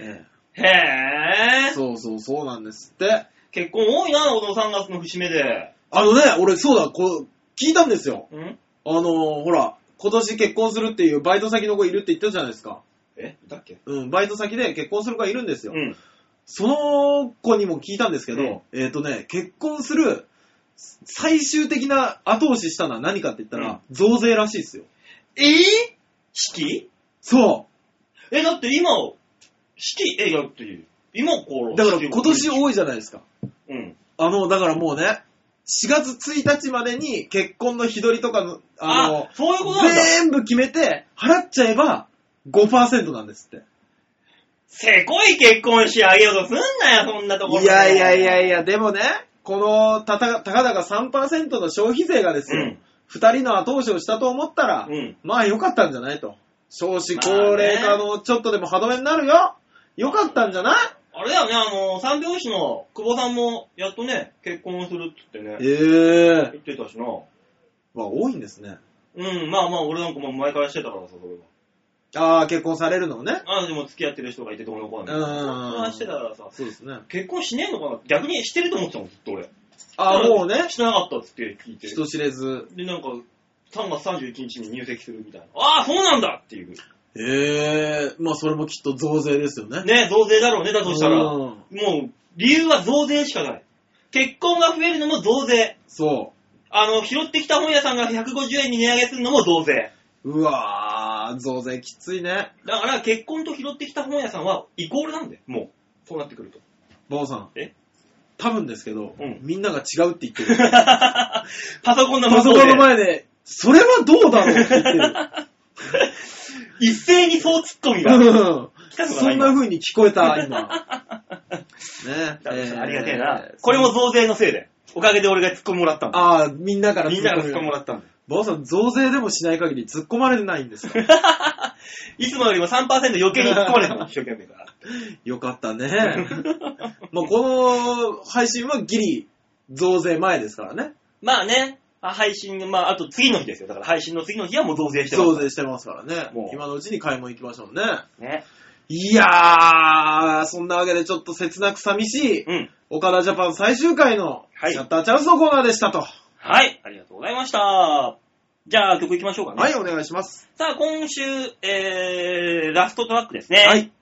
B: え
A: へ
B: え
A: え。
B: そうそうそうなんですって。
A: 結婚多いな、お父さん月の節目で。
B: あのね、俺そうだ、こう、聞いたんですよ。
A: ん
B: あのーほら、今年結婚するっていうバイト先の子いるって言ったじゃないですか。
A: えだっけ
B: うん、バイト先で結婚する子がいるんですよ。
A: うん。
B: その子にも聞いたんですけど、えっ、とね、結婚する最終的な後押ししたのは何かって言ったら、増税らしいですよ。
A: えぇ、式
B: そ
A: え、だって今、式、え、やっていう。今から。
B: う。だから今年
A: い。
B: 多いじゃないですか。
A: うん。
B: あの、だからもうね、4月1日までに結婚の日取りとかの、あの
A: あ、、そういうことなんだ。
B: 全部決めて、払っちゃえば5%なんですって。
A: せこい結婚しあげようとすんなよ、そんなところ
B: い
A: で。
B: やいやいやいや、でもね、このたた、たかだか3%の消費税がです
A: う
B: よ
A: ん、
B: 二、人の後押しをしたと思ったら、
A: うん
B: まあ良かったんじゃないと。少子高齢化のちょっとでも歯止めになるよ。良かったんじゃない
A: あれだよね、あの、三拍子の久保さんも、やっとね、結婚するっつってね、
B: ええ
A: 言ってたしな。
B: まあ多いんですね。
A: うん、まあまあ、俺なんかもう前からしてたからさ、それは。
B: ああ、結婚されるのね。
A: あでも付き合ってる人がいてどうの子はね。
B: うん
A: それはしてたからさ、
B: そうですね。
A: 結婚しねえのかな逆にしてると思ってたもん、ずっと俺。
B: ああ、もうね、
A: してなかったっつって聞いて。
B: 人知れず。
A: で、なんか、3月31日に入籍するみたいな。ああ、そうなんだっていう。
B: ええまあそれもきっと増税ですよね。
A: ね、増税だろうね、だとしたら。
B: う
A: も
B: ん
A: う、理由は増税しかない。結婚が増えるのも増税。
B: そ
A: あの、拾ってきた本屋さんが150円に値上げするのも増税。
B: う。うわー、増税きついね。
A: だから、結婚と拾ってきた本屋さんはイコールなんだよ、もう。そうなってくると。
B: バオさん。
A: え
B: 多分ですけど、
A: うん
B: みんなが違うって言 ってる。
A: パソコンの
B: パ
A: 向
B: ソ
A: こう
B: コン
A: で
B: の前で、それはどうだろうって言ってる。
A: 一斉にそうツッコミが。
B: うん
A: 来たのか
B: そ
A: な、
B: んな
A: 今。
B: 風に聞こえた、 今。ね
A: だから
B: えー
A: ありがてえな。これも増税のせいで。おかげで俺がツッコミもらったんだ。
B: ああ、みんなから
A: みんながツッコミも
B: 込む。
A: らったんだ。
B: バオさん、増税でもしない限り突っ込まれてないん ですよ。
A: いつもよりも3%余計に突っ込 まれたの。一生懸命から。
B: よかったね。 まあ、この配信はギリ増税前ですからね。
A: まあね、あ配信、まああと次の日ですよ。だから配信の次の日はもう増税してます。
B: 増税してますからね
A: も。う
B: 今のうちに買い物行きましょうね。
A: ね。
B: いやー、そんなわけでちょっと切なく寂しい、
A: うん。
B: 岡田ジャパン最終回の
A: はい
B: シャッターチャンスのコーナーでしたと。は
A: はい。ありがとうございました。じゃあ曲行きましょうか
B: い、
A: ね。
B: お願いします。
A: さあ、今週、えー、ラストトラックですね。
B: はい。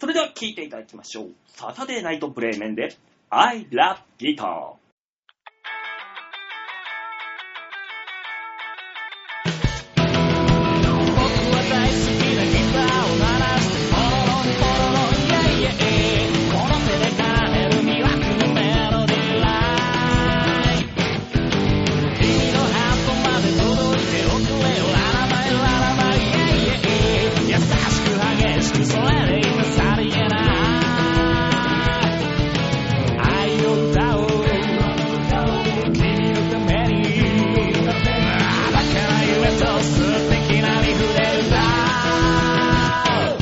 A: それでは聴いていただきましょう。サタデーナイトブレーメンで、I love guitar。
C: 僕は大好きなギターを鳴らしてポロロンポロロンイェイイェイこの手で奏でる魅惑のメロディーライン君のハートまで届いておくれよララバイララバイイェイイェイ優しく激しくそれで今さりげない愛を歌おう君のためにだから夢と素敵なリフで歌う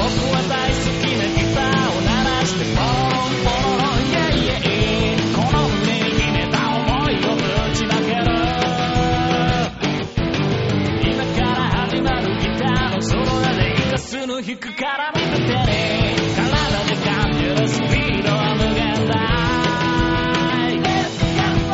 C: 僕は大好きなギターを鳴らしてポロンポロロンイェイイェイこの胸に秘めた思いをぶちまける今から始まるギターのソロがでいかすの弾くから見ててね体で感じるスピードは無限大 Let's go!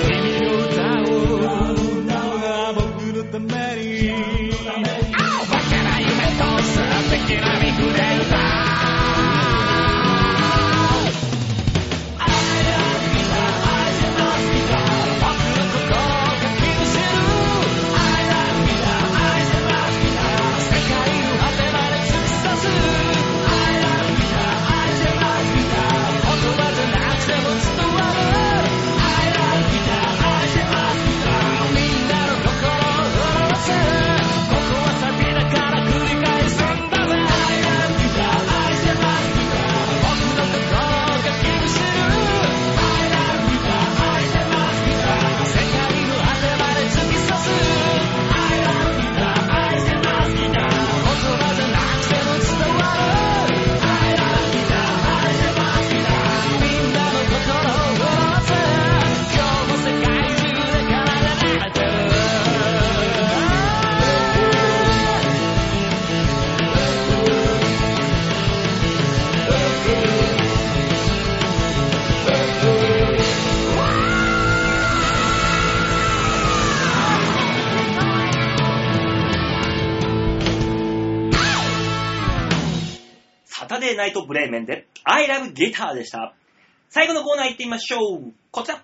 C: 君の歌を歌うが僕のためにバカな夢と素敵なリフで歌う I love guitar, I love guitar 僕の心が気にしてる I love guitar, I love guitar 世界の果てまで突き刺す I love guitar, I love guitar 言葉じゃなくても伝わる I love guitar, I love guitar みんなの心を踊らせるここはサビだから繰り返すんだぜ I love guitar, I love guitar 僕の心が気にしてる I love guitar, I love guitar 世界の果てまで突き刺す I love guitar, I love guitar 言葉じゃなくても伝わる I love guitar, I love guitar みんなの心を踊らせる今日も世界中で奏でてる
A: サタデーナイトブレーメンで、I love guitar でした。最後のコーナー行ってみましょう。こちら。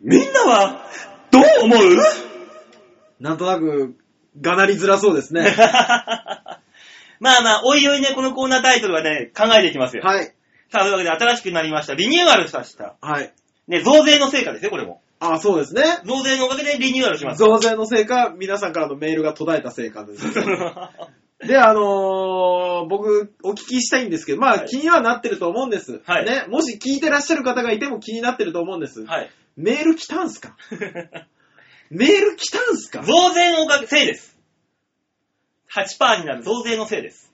A: みんなは、どう思う
B: なんとなく、がなりづらそうで すね。
A: まあまあ、おいおいね、このコーナータイトルはね、考えていきますよ。
B: はい。
A: さあ、というわけで新しくなりました。リニューアルさせた。
B: はい。
A: ね、増税の成果ですよ、これも。
B: ああ、そうですね。
A: 増税のおかげでリニューアルします。
B: 増税のせいか、皆さんからのメールが途絶えたせいかです。 で、あのー僕、お聞きしたいんですけど、まあ、
A: はい
B: 気にはなってると思うんです。
A: はい
B: ね。もし聞いてらっしゃる方がいても気になってると思うんです。
A: はい。
B: メール来たんすか メール来たんすか
A: 増税のおかげ、せいです。8%になる増税のせいです。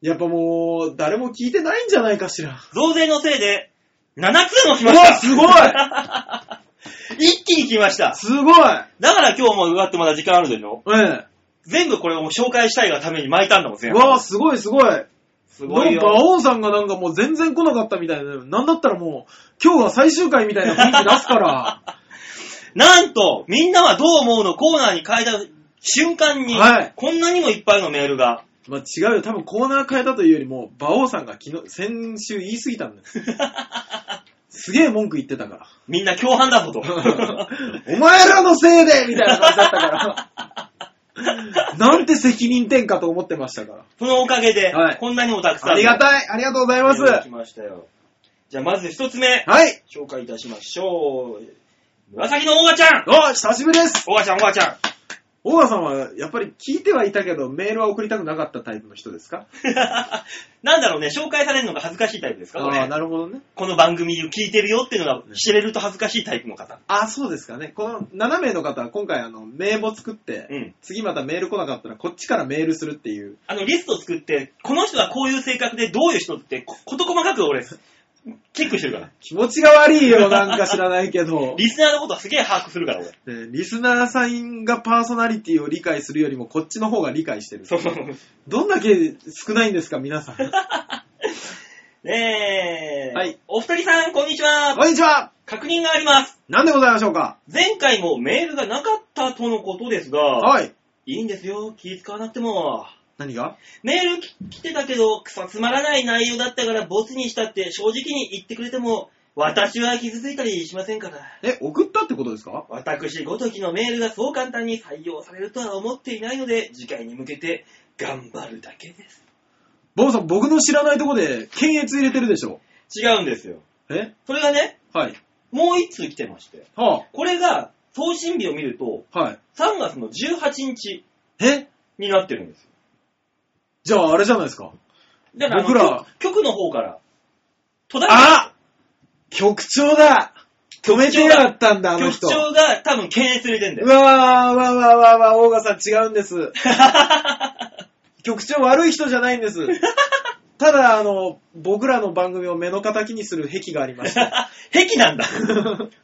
B: やっぱもう、誰も聞いてないんじゃないかしら。
A: 増税のせいで、7通も来
B: う
A: ました。
B: わ、すごい
A: 一気に来ました。
B: すごい
A: だから今日もうわってまだ時間あるでしょ
B: え
A: 全部これを紹介したいがために巻いたんだもん、
B: え。
A: 全
B: う
A: 部。
B: わ、すごいすごい。
A: すごい
B: なんか、
A: よ。
B: 馬王さんがなんかもう全然来なかったみたいな。なんだったらもう、今日は最終回みたいな雰囲気出すから。
A: なんと、みんなはどう思うのコーナーに変えた瞬間に、
B: はい
A: こんなにもいっぱいのメールが。
B: まあ違うよ。多分コーナー変えたというよりも、馬王さんが昨日、先週言い過ぎたんだよ。すげえ文句言ってたから。
A: みんな共犯 だぞと。
B: お前らのせいでみたいな感じだったから。なんて責任転嫁と思ってましたか
A: そのおかげで
B: はい、
A: こんなにもたくさん。
B: ら。ありが
A: い
B: たいありがとうございます
A: きましたよ。じゃあまず一つ目、
B: はい
A: 紹介いたしましょう。紫のオーガちゃん
B: お久しぶりです
A: オーガちゃん、オーガちゃん。
B: 大川さんは、やっぱり聞いてはいたけど、メールは送りたくなかったタイプの人ですか
A: なんだろうね、紹介されるのが恥ずかしいタイプですかこ
B: ああ、
A: れ。
B: なるほどね。
A: この番組を聞いてるよっていうのが知れると恥ずかしいタイプの方。
B: あ、そうですかね。この7名の方は今回あの名簿作って、
A: うん
B: 次またメール来なかったらこっちからメールするっていう。
A: あの、リストを作って、この人はこういう性格で、どういう人って、ここと細かく俺、チェックしてるから。
B: 気持ちが悪いよ、なんか知らないけど。
A: リスナーのことはすげえ把握するから、俺。
B: ねリスナーさんがパーソナリティを理解するよりもこっちの方が理解してる。
A: そうそう
B: どんだけ少ないんですか、皆さん。こ
A: ねえ。
B: はい。
A: お二人さん、こんにちは。
B: んにちは
A: 確認があります。
B: 何でございましょうか
A: 前回もメールがなかったとのことですが、
B: はい。
A: いいんですよ。気使わなくても。
B: 何が
A: メールき来てたけど、くそつまらない内容だったからボツにしたって正直に言ってくれても、私は傷ついたりしませんから。
B: え、送ったってことですか
A: 私ごときのメールがそう簡単に採用されるとは思っていないので、次回に向けて頑張るだけです。
B: ボンさん、僕の知らないとこで検閲入れてるでしょ
A: 違うんですよ。
B: え
A: それがね、
B: はい。
A: もう一通来てまして。
B: は
A: これが、送信日を見ると、
B: あ、はい。
A: 3月の18日
B: え
A: になってるんですよ。
B: じゃああれじゃないですか。
A: だからあの、
B: 僕ら
A: 局局の方から、途絶えた
B: あ局長だ止めてやがったんだ、あの
A: 局
B: 人。
A: 長が多分検閲入れてんだ
B: う
A: よ。
B: わーうわーうわーうわーうわー、大賀さん違うんです。局長悪い人じゃないん です。ただ、あの、僕らの番組を目の敵にする癖があり ました。
A: 癖なんだ。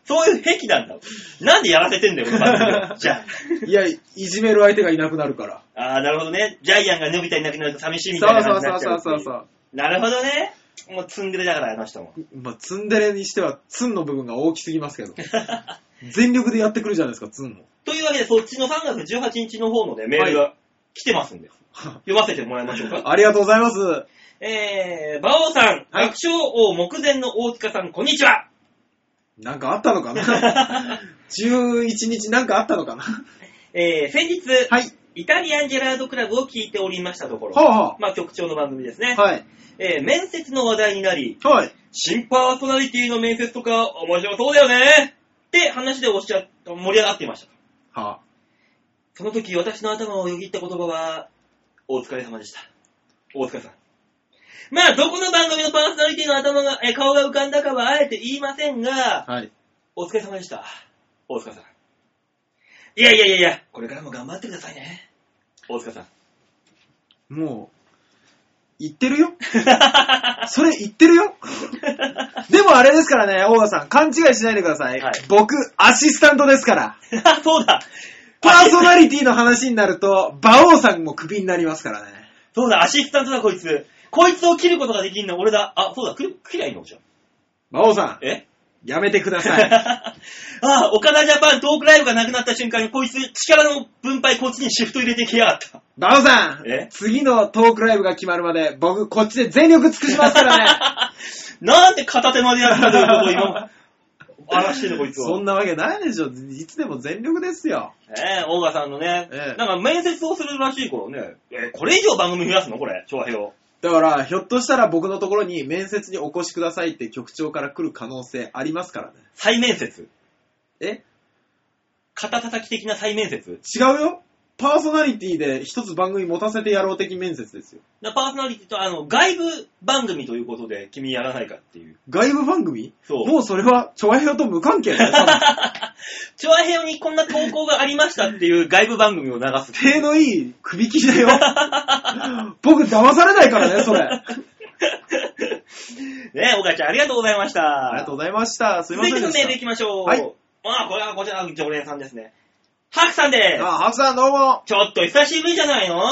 A: そういう癖なんだ。なんでやらせてんだよ、この番 組をじゃ
B: いや、いじめる相手がいなくなるから。
A: あ。ああ、なるほどね。ジャイアンが伸びたいなくなると寂しいみ
B: そ
A: たいな
B: う
A: 感
B: そ
A: じ
B: う
A: にな
B: そ
A: っ
B: う
A: ちゃ
B: そうう
A: って
B: そ
A: いう
B: そう。
A: なるほどね。もうツンデレだから、あの人も。
B: まあ、ツンデレにしては、ツンの部分が大きすぎます けど。全力でやってくるじゃないですか、ツンも。
A: というわけで、そっちの3月18日の方のね、メールが来てますんで、読ませてもらいましょうか。
B: ありがとうございます。
A: えー、馬王さん、
B: はい
A: 爆笑王目前の大塚さん、こんにちは。
B: なんかあったのかな ?11 日なんかあったのかな
A: えー、先日、
B: はい。
A: イタリアンジェラードクラブを聞いておりましたところ、
B: はあ、は
A: まあ局長の番組ですね、
B: あ、はい。
A: えー、面接の話題になり、
B: はい。
A: 新パーソナリティの面接とか面白そうだよねって話でおっしゃっ盛り上がっていました。
B: はあ、
A: その時私の頭をよぎった言葉は、お疲れ様でした。大塚さん。まあ、どこの番組のパーソナリティの頭が、え顔が浮かんだかはあえて言いませんが、
B: はい。
A: お疲れ様でした。大塚さん。いやいやいやいや、これからも頑張ってくださいね。大塚さん。
B: もう、言って るよ。それ言ってるよ。でもあれですからね、大川さん、勘違いしないでください。
A: はい
B: 僕、アシスタントですから。
A: そうだ。
B: パーソナリティの話になると、馬王さんもクビになりますからね。
A: そうだ、アシスタントだ、こいつ。こいつを切ることができんの、俺だ。あ、そうだ、切切りゃいいのじゃん。
B: 馬王さん、
A: え
B: やめてください。
A: ああ、岡田ジャパントークライブがなくなった瞬間に、こいつ力の分配こっちにシフト入れてきやがった。
B: 馬王さん
A: え、
B: 次のトークライブが決まるまで、僕、こっちで全力尽くしますからね。
A: なんで片手間でやったということを今、荒らしてるこいつ
B: そ
A: を
B: ん。なわけないでしょ。いつでも全力ですよ。
A: ええ大川さんのね、
B: ええ
A: なんか面接をするらしいからね、えこれ以上番組増やすのこれ、昭和平を。
B: だから、ひょっとしたら僕のところに面接にお越しくださいって局長から来る可能性ありますからね。
A: 再面接。
B: え
A: 肩叩き的な再面接。
B: 違うよパーソナリティで一つ番組持たせてやろう的面接ですよ。
A: なパーソナリティと、あの、外部番組ということで、君やらないかっていう。
B: 外部番組
A: そう
B: もうそれは、チョアヘヨと無関係だよ。多分
A: 調和平にこんな投稿がありましたっていう外部番組を流す。
B: 手のいい首切りだよ。僕騙されないからね、それ。あ
A: ねえ、岡ちゃん、ありがとうございました。
B: りがとうございました。すいま
A: 続
B: せ
A: い
B: ん
A: て
B: で
A: のメールい
B: し
A: きましょう。
B: はい
A: まあ、これはこちらの常連さんですね。ハクさんです
B: た。。あ、ハクさんどうも。
A: ちょっと久しぶりじゃないの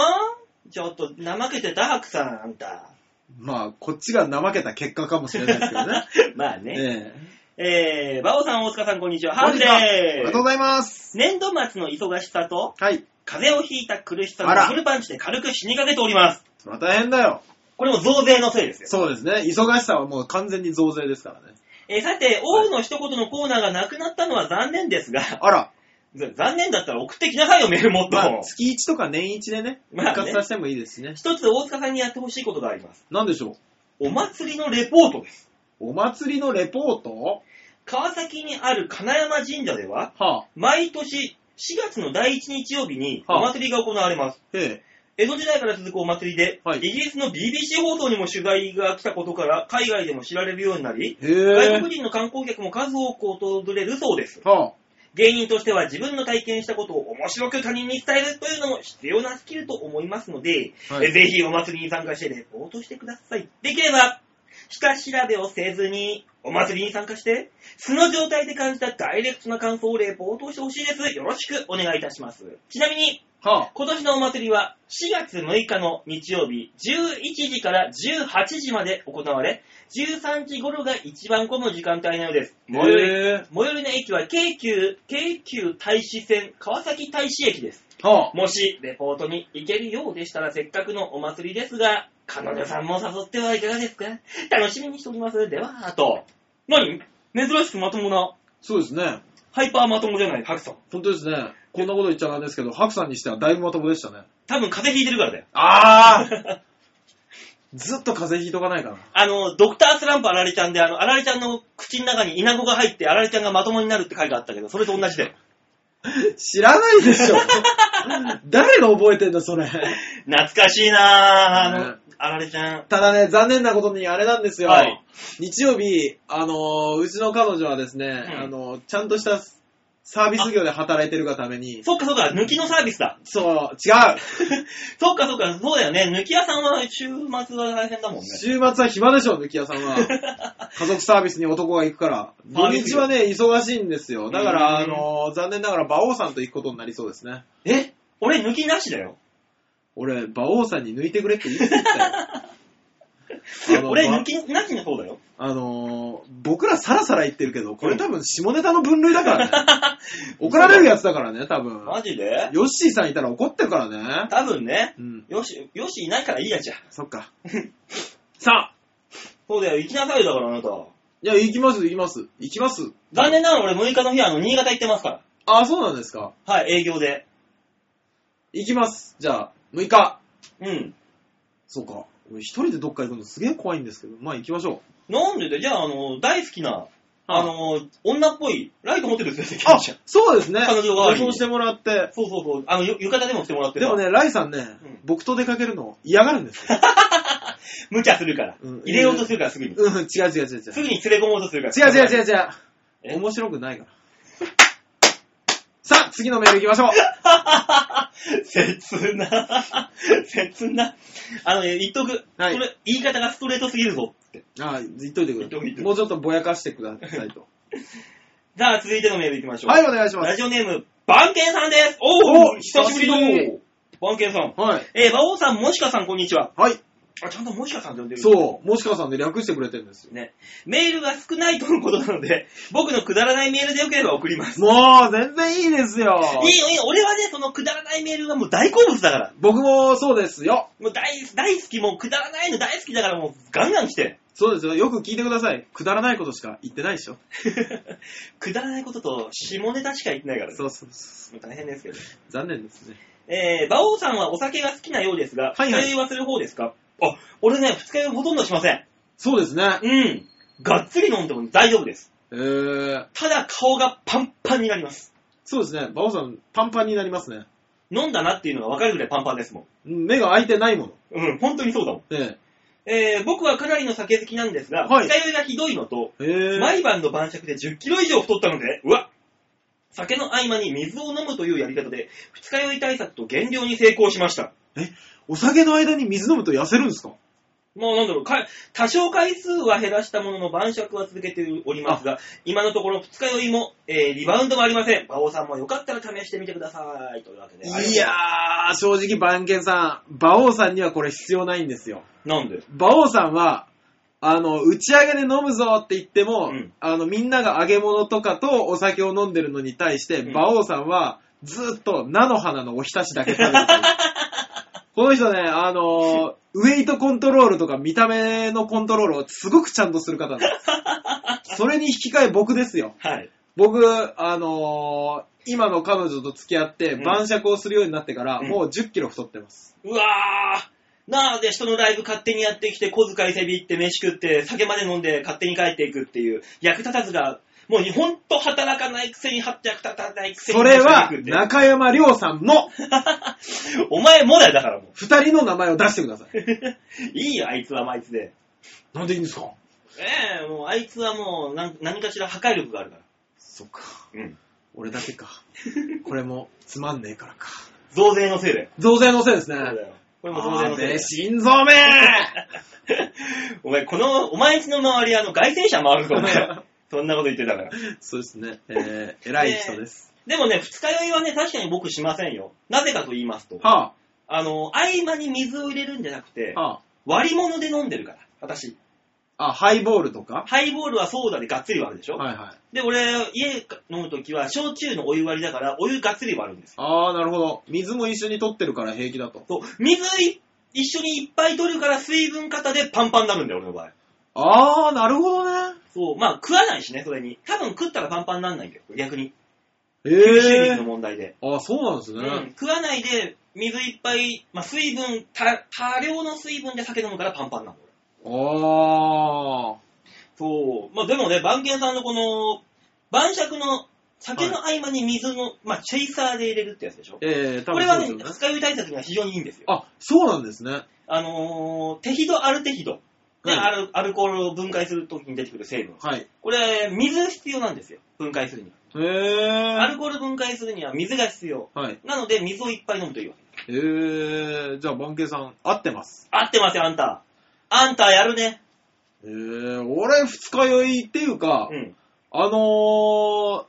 A: ちょっと怠けてた、ハクさん、あんた。
B: まあ、こっちが怠けた結果かもしれないですけどね。
A: まあ ね。
B: ええ
A: えー、バオさん、大塚さん、こんにちは。ハ
B: こん
A: ク
B: に
A: で
B: ちはありがとう
A: ー
B: ございます。
A: す。年度末の忙しさと、
B: はい。
A: 風邪をひいた苦しさ
B: あ
A: を
B: ら
A: フルパンチで軽く死にかけております。
B: それは大変だよ。
A: これも増税のせいですよ。
B: そうですね。忙しさはもう完全に増税ですからね。
A: えーさて、王の一言のコーナーがなくなったのは残念ですが、
B: あら、
A: 残念だったら送ってきなさいよ、メールもっと。
B: まあ、月1とか年1でね、
A: まあね
B: 復活させてもいいですしね。
A: 一つ大塚さんにやってほしいことがあります。
B: なんでしょう
A: お祭りのレポートです。
B: お祭りのレポート
A: 川崎にある金山神社では、
B: はあ、
A: 毎年4月の第1日曜日に
B: は
A: お
B: あ
A: 祭りが行われます。
B: ええ。
A: 江戸時代から続くお祭りで、
B: はい
A: イギリスの BBC 放送にも取材が来たことから海外でも知られるようになり、外
B: へえ。
A: 国人の観光客も数多く訪れるそうです。
B: は
A: 芸人としては自分の体験したことを面白く他人に伝えるというのも必要なスキルと思いますので、
B: あ、はい
A: えぜひお祭りに参加してレポートしてください。できれば、下調べをせずにお祭りに参加して、素の状態で感じたダイレクトな感想をレポートしてほしいです。よろしくお願いいたします。ちなみに、
B: は
A: 今年のお祭りは4月6日の日曜日11時から18時まで行われ、13時頃が一番混む時間帯のようです。
B: あ、
A: 最寄り
B: へ
A: 最寄りの駅は京急、京急大使線川崎大使駅です。
B: え。はあ、
A: もし、レポートに行けるようでしたら、せっかくのお祭りですが、彼女さんも誘ってはいかがですか楽しみにしております。では、あと。何珍しくまともな、
B: そうですね。
A: ハイパーまともじゃない、ハクさん。
B: 本当ですね。こんなこと言っちゃなんですけど、ハクさんにしてはだいぶまともでしたね。
A: 多分風邪ひいてるからだよ。
B: ああ ずっと風邪ひいとかないかな。
A: あの、ドクタースランプあられちゃんで、あの、あられちゃんの口の中にイナゴが入って、あられちゃんがまともになるって回があったけど、それと同じだよ。
B: 知らないでしょ。 誰が覚えてんだ、それ。
A: 懐かしいなぁ、あの
B: ね、
A: あられちゃん。
B: ただね、残念なことにあれなんですよ。
A: はい
B: 日曜日、あのーうちの彼女はですね、
A: ん
B: あのーちゃんとしたサービス業で働いてるがために、
A: そっかそっか、抜きのサービスだ。
B: そう、違う
A: そっかそっか、そうだよね。抜き屋さんは週末は大変だもんね。
B: 週末は暇でしょ、抜き屋さんは。 家族サービスに男が行くから。
A: サー
B: 土
A: ビス
B: 日
A: 業
B: はね、忙しいんですよ。だか
A: うん
B: ら、あのー残念ながら馬王さんと行くことになりそうですね。
A: え俺抜きなしだよ。
B: 俺、馬王さんに抜いてくれって言 ってたよあの。
A: 俺
B: ま
A: 抜きなしの方だよ。
B: あのー僕らサラサラ言ってるけど、これ多分下ネタの分類だからね。 怒られるやつだからね、多分。
A: マジで
B: ヨッシーさんいたら怒ってるからね。
A: 多分ね。
B: うん、
A: よし、よしいないからいいやじゃん。
B: そっか。
A: さあそうだよ、行きなさいよだからあなた。
B: いや、行きます、行きます。行きます。
A: 残念ながら俺6日の日、あの、新潟行ってますから。
B: あ、そうなんですか。
A: はい、営業で。
B: 行きます。じゃあ、6日。
A: うん。
B: そうか。俺一人でどっか行くのすげえ怖いんですけど、まあ行きましょう。
A: なんでで、じゃあ、あの、大好きな、あの、女っぽい、ライトホテル連れてき
B: あ
A: ましょう。、
B: そうですね。
A: 彼女代わりに
B: 予想してもらって。
A: そうそうそう。あの、よ浴衣でも来てもらって
B: でもね、ライさんね、
A: うん
B: 僕と出かけるの嫌がるんです よ。
A: 無茶するから。
B: うん
A: 入れようとするから、すぐに。
B: うん、違う違う違う違う
A: す。ぐに連れ込もうとするか
B: 違う
A: ら。
B: 違う違う違
A: え
B: う。面白くないから。さあ、次のメール行きましょう。
A: 切な。切な。あのね、言っとく。
B: はい
A: それ、言い方がストレートすぎるぞ。
B: ああ、言っといてく
A: 言
B: だ
A: っと
B: さ
A: いて
B: い。もうちょっとぼやかしてくださいと。
A: さあ、続いてのメール行きましょう。
B: はい、お願いしま
A: ラ
B: す。
A: ジオネーム、バンケンさんです。おお
B: おう
A: 久しぶ
B: 久しぶ
A: りの
B: り
A: バンケンさん。
B: はい。
A: えー、馬王さん、もしかさん、こんにちは。
B: はい。
A: あ、ちゃんともしかさんって呼んでる。
B: そう、もしかさんで略してくれてるんですよ。
A: ね。メールが少ないとのことなので、僕のくだらないメールでよければ送ります。
B: もう、全然いいですよ。
A: いいよ、いいよ。俺はね、そのくだらないメールがもう大好物だから。
B: 僕もそうですよ。
A: もう大、大好き、もうくだらないの大好きだからもうガンガン来て。
B: そうですよ。よく聞いてください。くだらないことしか言ってないでしょ。
A: くだらないことと下ネタしか言ってないから、
B: そうそうそ
A: もう大変ですけど。
B: う。残念ですね。
A: えー、馬王さんはお酒が好きなようですが、
B: はい
A: 二
B: はい
A: 日酔いはする方ですかあ、俺ね、二日酔いほとんどしません。
B: そうですね。
A: うん。がっつり飲んでも大丈夫です。
B: えー、
A: ただ顔がパンパンになります。
B: そうですね。馬王さん、パンパンになりますね。
A: 飲んだなっていうのが分かるぐらいパンパンですもん。
B: うん目が開いてないもの。
A: うん、本当にそうだもん。
B: え
A: えー、僕はかなりの酒好きなんですが、
B: はい
A: 二日酔いがひどいのと、
B: ええー。
A: 毎晩の晩酌で10キロ以上太ったので、うわ酒の合間に水を飲むというやり方で、二日酔い対策と減量に成功しました。
B: お酒の間に水飲むと痩せるんですか
A: まあなんだろうか、多少回数は減らしたものの晩酌は続けておりますが、今のところ二日酔いも、えーリバウンドもありません。馬王さんもよかったら試してみてください。というわけで。
B: いやー、正直、番犬さん、馬王さんにはこれ必要ないんですよ。
A: なんで
B: 馬王さんは、あの、打ち上げで飲むぞって言っても、
A: うん
B: あの、みんなが揚げ物とかとお酒を飲んでるのに対して、
A: うん
B: 馬王さんは、ずーっと菜の花のおひたしだけ食べてる。 この人ね、あのーウェイトコントロールとか見た目のコントロールをすごくちゃんとする方なんです。それに引き換え僕ですよ。
A: はい。
B: 僕、あのー今の彼女と付き合って
A: うん
B: 晩酌をするようになってから、
A: うん
B: もう10キロ太ってます。
A: うわー。なんで人のライブ勝手にやってきて、小遣いせびって飯食って、酒まで飲んで勝手に帰っていくっていう、役立たずが、もう日本と働かないくせに、は役立たないくせに。
B: それは
A: 働いていくっ
B: 中山亮さんの
A: てお前もだよ、だからも
B: 2人の名前を出してくださ い。
A: う。いいよ、あいつはあいつで。
B: なんでいいんですか
A: ええもうあいつはもう何何かしら破壊力があるから。
B: そっか。
A: うん。
B: 俺だけか。これもつまんねえからか。
A: 増税のせいだよ。
B: 増税のせいですね。
A: そうだよ。これも増税
B: 安
A: のせいだ
B: 倍
A: よ。
B: 晋三め
A: お前、この、お前んちの周り、あの、外旋車回るぞ、お 前。そんなこと言ってたから。
B: そうですね。えー、偉い人です。
A: でもね、二日酔いはね、確かに僕しませんよ。なぜかと言いますと、
B: は
A: あの、合間に水を入れるんじゃなくて
B: あ、、は
A: 割り物で飲んでるから、私。
B: あ、あ、ハイボールとか
A: ハイボールはソーダでがっつり割るでしょ、
B: はいはい。
A: で、俺、家飲むときは、焼酎のお湯割りだから、お湯がっつり割るんですよ。
B: ああ、なるほど。水も一緒に取ってるから平気だと。
A: そう水い一緒にいっぱい取るから、水分型でパンパンになるんだよ、俺の場合。
B: ああ、なるほどね。
A: そう、まあ、食わないしね、それに。多分食ったらパンパンにならないんだよ、逆に。吸収
B: え
A: 率
B: え
A: の問題で。
B: ああ、そうなんですね。
A: うん、食わないで、水いっぱい、まあ、水分た、多量の水分で酒飲むからパンパンなの。
B: ああ、
A: そう。まあ、でもね、番犬さんのこの、晩酌の酒の合間に水の、まあ、チェイサーで入れるってやつでしょ
B: ええ多
A: これ
B: 分そ
A: は
B: う
A: ね、
B: ですよね。
A: 二日酔い対策には非常にいいんですよ。
B: あ、そうなんですね。
A: あのー、テヒドアルテヒド。ね、
B: うん
A: アルアルコールを分解するときに出てくる成分。
B: はい。
A: これ、水必要なんですよ。分解するには。
B: ええ
A: アルコール分解するには水が必要。
B: はい。
A: なので、水をいっぱい飲むといいわけ。
B: ええじゃあ、バンケイさん、合ってます。
A: 合ってますよ、あんた。あんたやるね。
B: えー、俺、二日酔いっていうか、
A: うん。
B: あのー、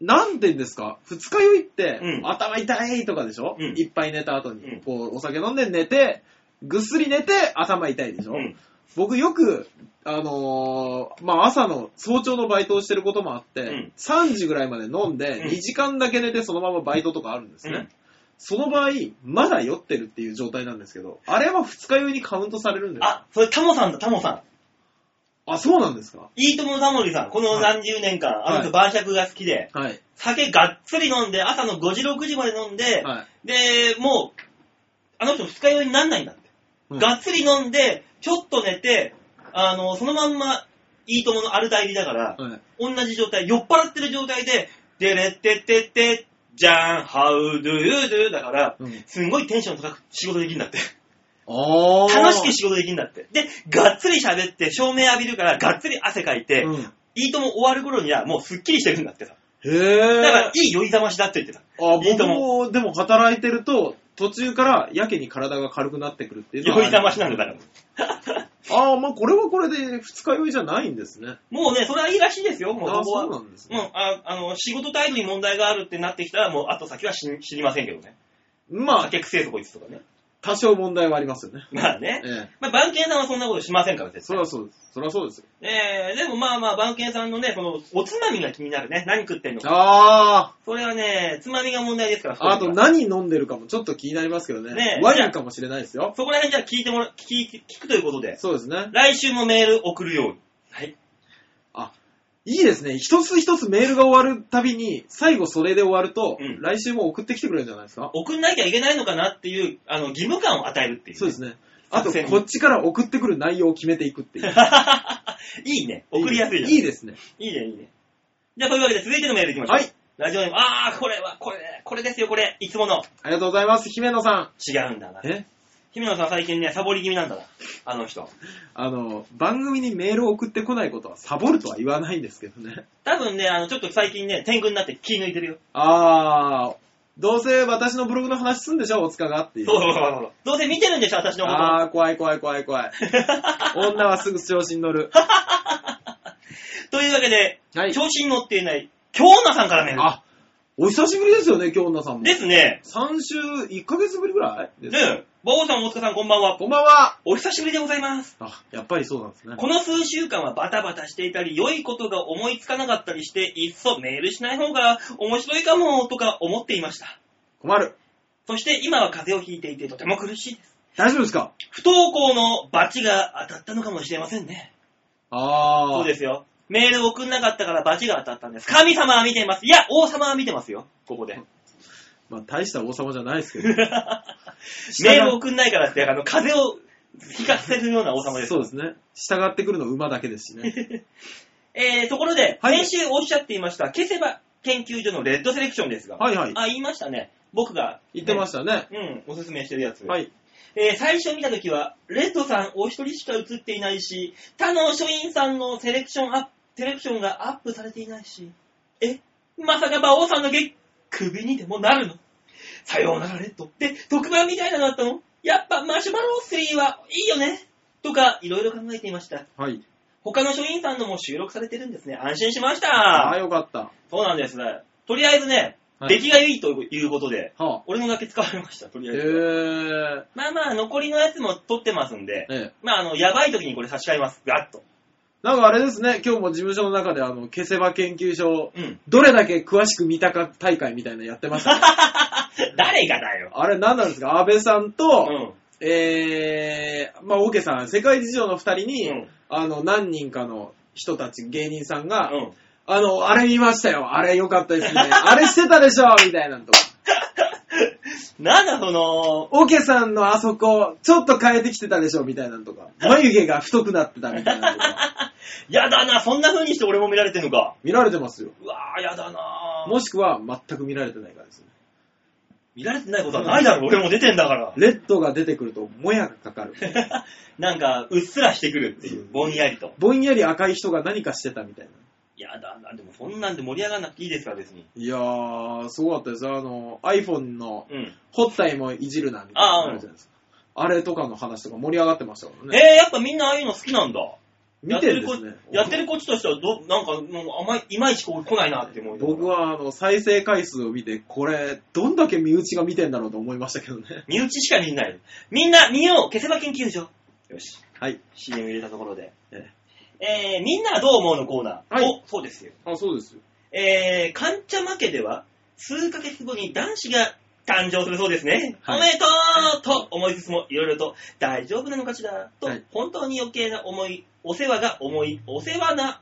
B: なんて言うんですか、二日酔いって、
A: うん
B: 頭痛いとかでしょ、
A: うん
B: いっぱい寝た後に、
A: うん
B: こう、お酒飲んで寝て、ぐっすり寝て、頭痛いでしょ、
A: うん。
B: 僕よく、あのーまあ、朝の、早朝のバイトをしてることもあって、
A: ん
B: 3時ぐらいまで飲んで、
A: うん
B: 2時間だけ寝てそのままバイトとかあるんですね。
A: うん
B: その場合、まだ酔ってるっていう状態なんですけど、あれは二日酔いにカウントされるんですか
A: あ、それタモさんだ、タモさん。
B: あ、そうなんですか
A: いいともタモリさん。この何十年間、
B: はい
A: あの人晩酌が好きで、
B: はい。
A: 酒がっつり飲んで、朝の5時、6時まで飲んで、
B: はい。
A: で、もう、あの人二日酔いになんないんだって。
B: うん
A: がっつり飲んで、ちょっと寝て、あの、そのまんま、いいとものアルダイリだから、
B: はい
A: 同じ状態、酔っ払ってる状態で、でれってってって、じゃん、how do you do だから、
B: うん
A: すんごいテンション高く仕事できるんだって。
B: あー
A: 楽しく仕事できるんだって。で、がっつり喋って、照明浴びるから、がっつり汗かいて、
B: うん
A: いいとも終わる頃には、もうすっきりしてるんだってさ。
B: へぇ
A: だから、い
B: ー。
A: い酔い覚ましだって言ってた。
B: あ、
A: いい
B: 僕
A: と
B: も、でも働いてると、途中からやけに体が軽くなってくるっていうのは
A: 酔い覚ましなんだから。
B: あーまあこれはこれで二日酔いじゃないんですね。
A: もうね、それはいいらしいですよ、もう
B: あ
A: そこ
B: ーそう
A: は。
B: なんです
A: も
B: ね。
A: うああの仕事態度に問題があるってなってきたら、もう後先は知知りませんけどね。
B: まあ、
A: 酒くせえぞこいつとかね。
B: 多少問題はありますよね。
A: まあね。
B: ええ。
A: まあ、番犬さんはそんなことしませんから、絶
B: そ
A: 対
B: りゃ。そうです。そりゃそうですよ。
A: えー、でもまあまあ、番犬さんのね、この、おつまみが気になるね。何食ってんのか。
B: あー。
A: それはね、つまみが問題ですから、
B: あと何飲んでるかもちょっと気になりますけど
A: ね
B: ね。
A: え
B: ワインかもしれないですよ。
A: そこら辺じゃあ聞いてもら、聞い聞くということで、
B: そうですね。
A: 来週もメール送るように。はい。
B: いいですね。一つ一つメールが終わるたびに、最後それで終わると、
A: うん
B: 来週も送ってきてくれるんじゃないですか
A: 送んなきゃいけないのかなっていう、あの、義務感を与えるっていう、
B: そうです
A: ね。
B: ね。あと、こっちから送ってくる内容を決めていくって いう。
A: いいね。送りやすい
B: い
A: じゃん
B: い ですね。
A: いいね、いいね。じゃあ、というわけで続いてのメールいきましょう。
B: はい。
A: ラジオネーム、あー、これは、これ、これですよ、これ。いつもの。
B: ありがとうございます、姫野さ。。
A: 違うんだなん
B: え
A: 姫野さん最近ね、サボり気味なんだな。あの人。
B: あの、番組にメールを送ってこないことはサボるとは言わないんですけどね。
A: 多分ね、あの、ちょっと最近ね、天狗になって気抜いてるよ。
B: あー、どうせ私のブログの話すんでしょ、大塚がっていう。
A: そうそうそうそう。どうせ見てるんでしょ、私のこと。
B: あー、怖い怖い怖い怖 い。女はすぐ調子に乗る。
A: というわけで、
B: はい。
A: 調子に乗っていない、京女さんからメール。
B: あ、お久しぶりですよね、今日女さんも
A: で。すね。
B: 3週、1ヶ月ぶりぐらいですか
A: ね、馬王さん、大塚さん、こんばんは。
B: こんばんは。
A: お久しぶりでございます。
B: あ、やっぱりそうなんですね。
A: この数週間はバタバタしていたり、良いことが思いつかなかったりして、いっそメールしない方が面白いかも、とか思っていました。
B: 困る。
A: そして今は風邪をひいていてとても苦しいです。
B: 大丈夫ですか
A: 不登校のバチが当たったのかもしれませんね。
B: あー。。
A: そうですすよ。メール送んなかったからバチが当たったんです。神様は見ています。いや、王様は見てますよ。ここで。
B: まあ、大した王様じゃないですけ ど。
A: メール送んないからって、あの、風邪を引かせるような王様です
B: そう。ですね。従ってくるの馬だけです しね。
A: えー、ところで、
B: はい
A: 先週おっしゃっていました、消せば研究所のレッドセレクションですが、
B: はいはい。
A: あ、言いましたね。僕が、
B: 言ってましたね。
A: うん、おすすめしてるやつ。
B: はい。
A: えー最初見たときは、レッドさんお一人しか映っていないし、他の書院さんのセレクションアップ、セレクションがアップされていないし、え、まさか馬王さんのゲ、首にでもなるのさようならレッドって特番みたいなのだったのやっぱマシュマロ3はいいよねとか、いろいろ考えていました。
B: はい。
A: 他の書院さんのも収録されてるんですね。安心しました。
B: あー、よかった。
A: そうなんです。とりあえずね、
B: はい
A: 出来がいいということで、
B: はあ。
A: 俺のだけ使われました、とり
B: え
A: あえず。
B: ー。
A: まあまあ、残りのやつも撮ってますんで、
B: ええ。
A: まあ、あの、やばい時にこれ差し替えます。ガッと。
B: なんかあれですね、今日も事務所の中で、あの、消せば研究所、
A: うん。
B: どれだけ詳しく見たか大会みたいなのやってましたね。
A: 誰がだよ。
B: あれ何なんですか安倍さん
A: う
B: と、
A: ん。
B: えー、まあ、オーケーさん、世界事情の二人に、
A: うん
B: あの、何人かの人たち、芸人さんが、
A: うん。
B: あの、あれ見ましたよ、あれ良かったですね、あれしてたでしょ、みたいなのとか。
A: なんだその、
B: オーケーさんのあそこ、ちょっと変えてきてたでしょ、みたいなのとか。眉毛が太くなってたみたいなのとか。
A: やだな、そんな風にして俺も見られてんのか。
B: 見られてますよ。
A: うわぁ、やだな
B: もしくは、全く見られてないからですね。
A: 見られてないことはないだろ、俺も出てんだから。
B: レッドが出てくると、もやがか かる。
A: なんか、うっすらしてくるっていう、ぼんやりと。
B: ぼんやり赤い人が何かしてたみたいな。
A: やだな、でもそんなんで盛り上がらなくていいですから、別に。
B: いやー、すごかったです。あの、iPhone の
A: うん。
B: ホッタイもいじるな、みたいなのあるじゃないですか。あれとかの話とか盛り上がってましたから
A: えー
B: ね。、
A: やっぱみんなああいうの好きなんだ。
B: 見てるんですね。
A: やってるこっちとしてはど、なんか、もうあまり、いまいちこう来ないなって思う。
B: 僕。は、あの、再生回数を見て、これ、どんだけ身内が見てんだろうと思いましたけどね。
A: 身内しか見ない。みんな見よう消せば研究所よし。
B: はい。
A: CM 入れたところで。
B: え
A: えー、みんなはどう思うのコーナー。
B: はい
A: お、そうですよ。
B: あ、そうですよ。
A: えー、かんちゃま家では、数ヶ月後に男子が誕生するそうですね。
B: はい
A: おめでとうと思いつつも、いろいろと、大丈夫なのかしらと、
B: はい
A: 本当に余計な思い、お世話が思い、お世話な、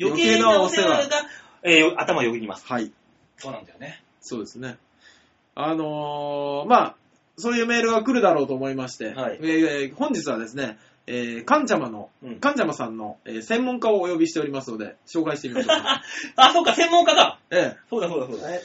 A: 余
B: 余
A: 計
B: 計
A: な
B: な
A: お
B: お
A: 世
B: 世
A: 話
B: 話
A: が、えー、頭をよぎります。
B: はい。
A: そうなんだよね。
B: そうですね。あのー、まあ、そういうメールが来るだろうと思いまして、
A: はい
B: えー本日はですね、えー、かんちゃまの、
A: うん
B: かんちゃまさんの、えー専門家をお呼びしておりますので、紹介してみましょうか。
A: あ、そうか、専門家だ。
B: ええ
A: そうだそうだそうだ。
B: え